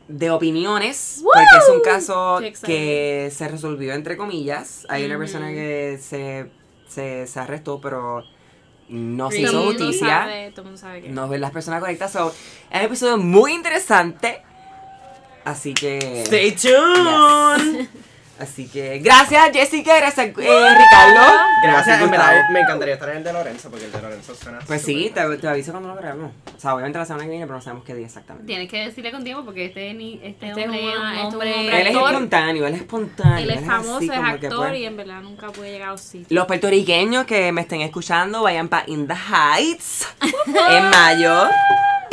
Speaker 1: de opiniones, porque es un caso
Speaker 2: Qué exciting. Mm.
Speaker 1: que se resolvió entre comillas. Hay una
Speaker 4: Ujú.
Speaker 1: persona que se, se, se arrestó, pero no se
Speaker 4: Sí,
Speaker 1: hizo
Speaker 2: Todo el mundo
Speaker 1: justicia.
Speaker 2: sabe, todo el mundo sabe que-
Speaker 1: No ven las personas correctas. So, es un episodio muy interesante. Así que.
Speaker 5: Stay tuned.
Speaker 1: Así que. Gracias, Jessica. Gracias, eh, Ricardo.
Speaker 5: Gracias, en
Speaker 1: Gustavo.
Speaker 5: verdad, me encantaría estar en el de Lorenzo porque el de Lorenzo suena.
Speaker 1: Pues
Speaker 5: súper
Speaker 1: sí,
Speaker 5: nice.
Speaker 1: te, te aviso cuando lo grabemos. O sea, obviamente la semana que viene, pero no sabemos qué día exactamente.
Speaker 4: Tienes que decirle con tiempo porque este, ni, este,
Speaker 2: Este es
Speaker 4: hombre
Speaker 2: una- este es un
Speaker 4: hombre-
Speaker 1: Él es
Speaker 2: actor.
Speaker 1: espontáneo, él es espontáneo.
Speaker 2: Él es
Speaker 1: así
Speaker 2: famoso, es
Speaker 1: como que,
Speaker 2: actor
Speaker 1: pues,
Speaker 2: y en verdad nunca puede llegar a un sitio.
Speaker 1: Los puertorriqueños que me estén escuchando, vayan para In the Heights en mayo.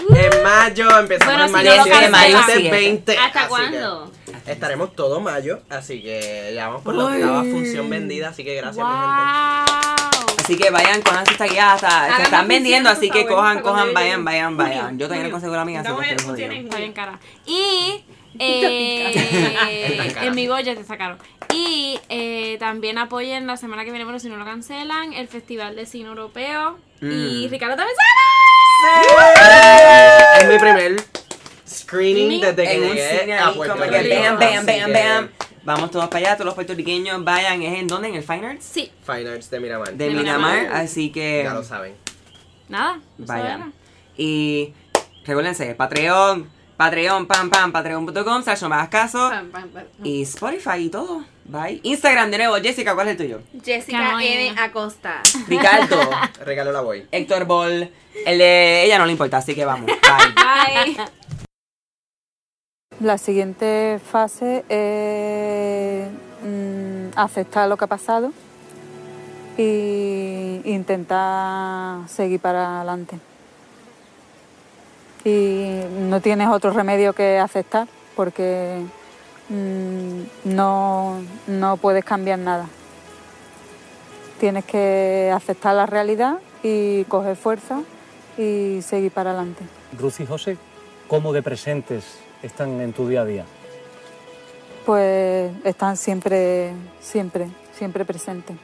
Speaker 5: En mayo, empezamos
Speaker 2: Bueno,
Speaker 5: en
Speaker 2: si
Speaker 5: mayo.
Speaker 2: no lo
Speaker 5: siete,
Speaker 2: cancelan.
Speaker 5: mayo
Speaker 1: Siete.
Speaker 5: siete, 20.
Speaker 4: ¿Hasta
Speaker 5: así
Speaker 4: cuándo?
Speaker 5: que Estaremos todo mayo, así que ya vamos por la
Speaker 1: Uy.
Speaker 5: octava función vendida, así que gracias, mi gente.
Speaker 2: ¡Wow!
Speaker 1: Así que vayan, cojan sus taquillas, hasta- se
Speaker 4: Hagan
Speaker 1: están
Speaker 4: las
Speaker 1: vendiendo, así
Speaker 4: funciones,
Speaker 1: que
Speaker 4: por favor,
Speaker 1: cojan,
Speaker 4: para
Speaker 1: cojan,
Speaker 4: cuando yo
Speaker 1: vayan,
Speaker 4: llegue.
Speaker 1: vayan, vayan.
Speaker 4: Julio,
Speaker 1: Yo todavía no
Speaker 4: Julio,
Speaker 1: consigo la mía, así
Speaker 4: estamos
Speaker 1: que
Speaker 4: en
Speaker 1: estoy jodido.
Speaker 4: funciones.
Speaker 2: Está bien cara. Y
Speaker 5: Está bien
Speaker 2: eh,
Speaker 5: cara.
Speaker 2: en mi Goya te sacaron. Y eh, también apoyen la semana que viene, bueno, si no lo cancelan, el Festival de Cine Europeo. Y
Speaker 1: Mm.
Speaker 2: Ricardo también sale.
Speaker 5: Es mi primer screening desde que
Speaker 1: En un
Speaker 5: llegué
Speaker 1: cine
Speaker 5: a
Speaker 1: ahí,
Speaker 5: Puerto
Speaker 1: como que
Speaker 5: Rico,
Speaker 1: vean, vean,
Speaker 5: así
Speaker 1: vean,
Speaker 5: que
Speaker 1: vean. Vamos todos para allá, todos los puertorriqueños, vayan. ¿Es en dónde? ¿En el Fine Arts?
Speaker 2: Sí,
Speaker 5: Fine Arts de Miramar.
Speaker 1: De
Speaker 2: De
Speaker 1: Miramar,
Speaker 2: Miramar.
Speaker 1: así que...
Speaker 5: Ya lo saben.
Speaker 2: nada.
Speaker 4: Pues
Speaker 2: eso
Speaker 1: Vayan.
Speaker 2: era.
Speaker 1: Y recuérdense, Patreon, Patreon, pam, pam, patreon.com, slash no me hagas caso.
Speaker 4: Pam, pam, pam.
Speaker 1: Y Spotify y todo. Bye. Instagram de nuevo, Jessica, ¿cuál es el tuyo?
Speaker 4: Jessica
Speaker 2: Carolina.
Speaker 4: M. Acosta.
Speaker 1: Ricardo,
Speaker 5: Regalo la voy.
Speaker 1: Héctor Ball. El de ella no le importa, así que vamos. Bye.
Speaker 2: Bye.
Speaker 6: La siguiente fase es mm, aceptar lo que ha pasado e intentar seguir para adelante. Y no tienes otro remedio que aceptar porque mm, no, no puedes cambiar nada. Tienes que aceptar la realidad y coger fuerza y seguir para adelante.
Speaker 7: Ruth y José, ¿cómo de presentes están en tu día a día?
Speaker 6: Pues están siempre, siempre, siempre presentes.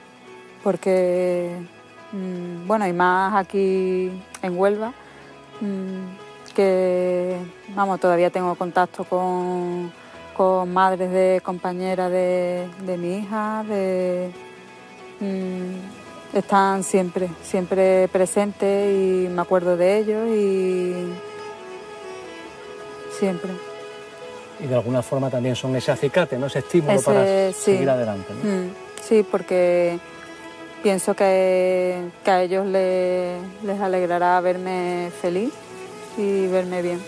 Speaker 6: Porque, mm, bueno, y más aquí en Huelva, mm, que, vamos, todavía tengo contacto con, con madres de compañeras de, de mi hija, de, mm, están siempre, siempre presentes y me acuerdo de ellos y siempre.
Speaker 7: Y de alguna forma también son ese acicate, ¿no? Ese estímulo
Speaker 6: Ese,
Speaker 7: para
Speaker 6: sí.
Speaker 7: seguir adelante. ¿no?
Speaker 6: Mm, Sí, porque pienso que, que a ellos le- les alegrará verme feliz y verme bien.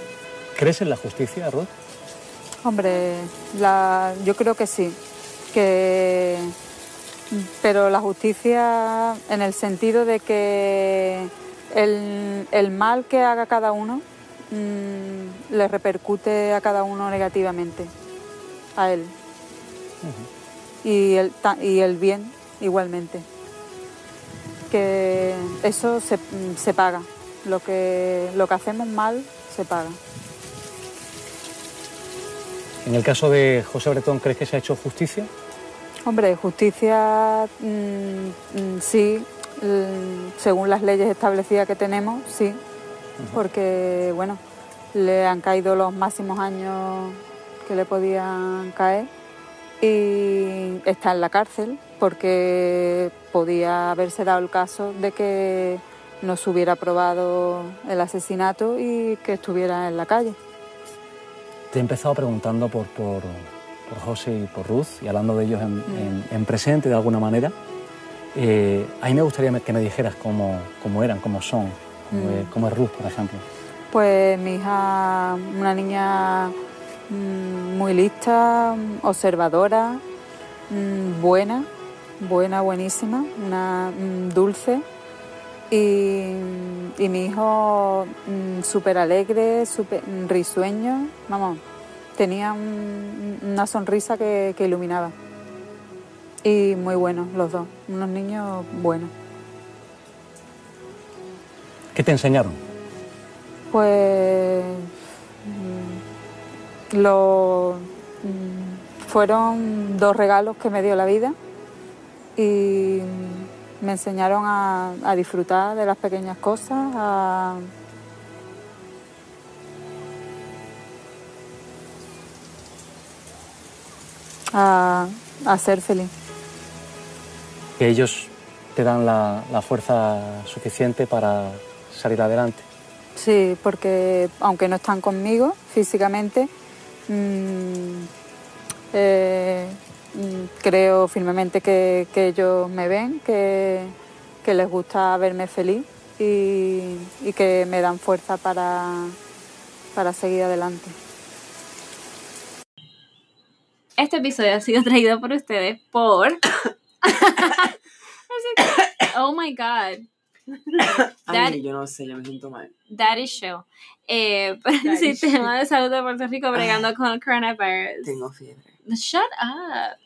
Speaker 7: ¿Crees en la justicia, Ruth?
Speaker 6: Hombre, la, yo creo que sí, que, pero la justicia en el sentido de que el, el mal que haga cada uno mm, le repercute a cada uno negativamente, a él. y el, ta- y el bien igualmente. Que eso se, mm, se paga. Lo que, lo que hacemos mal se paga.
Speaker 7: En el caso de José Bretón, ¿crees que se ha hecho justicia?
Speaker 6: Hombre, justicia mm, mm, sí, l- según las leyes establecidas que tenemos, sí, porque bueno, le han caído los máximos años que le podían caer y está en la cárcel porque podía haberse dado el caso de que no se hubiera probado el asesinato y que estuviera en la calle.
Speaker 7: Te he empezado preguntando por, por, por José y por Ruth y hablando de ellos en,
Speaker 6: Mm.
Speaker 7: en- en presente de alguna manera. Eh, a mí me gustaría me- que me dijeras cómo, cómo eran, cómo son, cómo,
Speaker 6: Mm.
Speaker 7: es, cómo es Ruth, por ejemplo.
Speaker 6: Pues mi hija, una niña mm, muy lista, mm, observadora, mm, buena, buena, buenísima, una mm, dulce. Y, y mi hijo mm, súper alegre, súper mm, risueño, vamos, tenía un- una sonrisa que, que iluminaba. Y muy buenos los dos, unos niños buenos.
Speaker 7: ¿Qué te enseñaron?
Speaker 6: Pues mm, lo mm, fueron dos regalos que me dio la vida y mm, me enseñaron a, a disfrutar de las pequeñas cosas, a- a- a ser feliz.
Speaker 7: Que ellos te dan la, la fuerza suficiente para salir adelante.
Speaker 6: Sí, porque aunque no están conmigo físicamente, mm, eh, mm, creo firmemente que, que ellos me ven, que, que les gusta verme feliz y, y que me dan fuerza para, para seguir adelante.
Speaker 2: Este episodio ha sido traído por ustedes por. oh my god, Daddy.
Speaker 1: Ay, yo no sé, yo me siento mal.
Speaker 2: that is show. Eh, por el
Speaker 4: That is
Speaker 2: sistema de salud de
Speaker 5: Ah.
Speaker 2: Puerto Rico bregando con el coronavirus.
Speaker 1: Tengo fiebre.
Speaker 2: Shut up.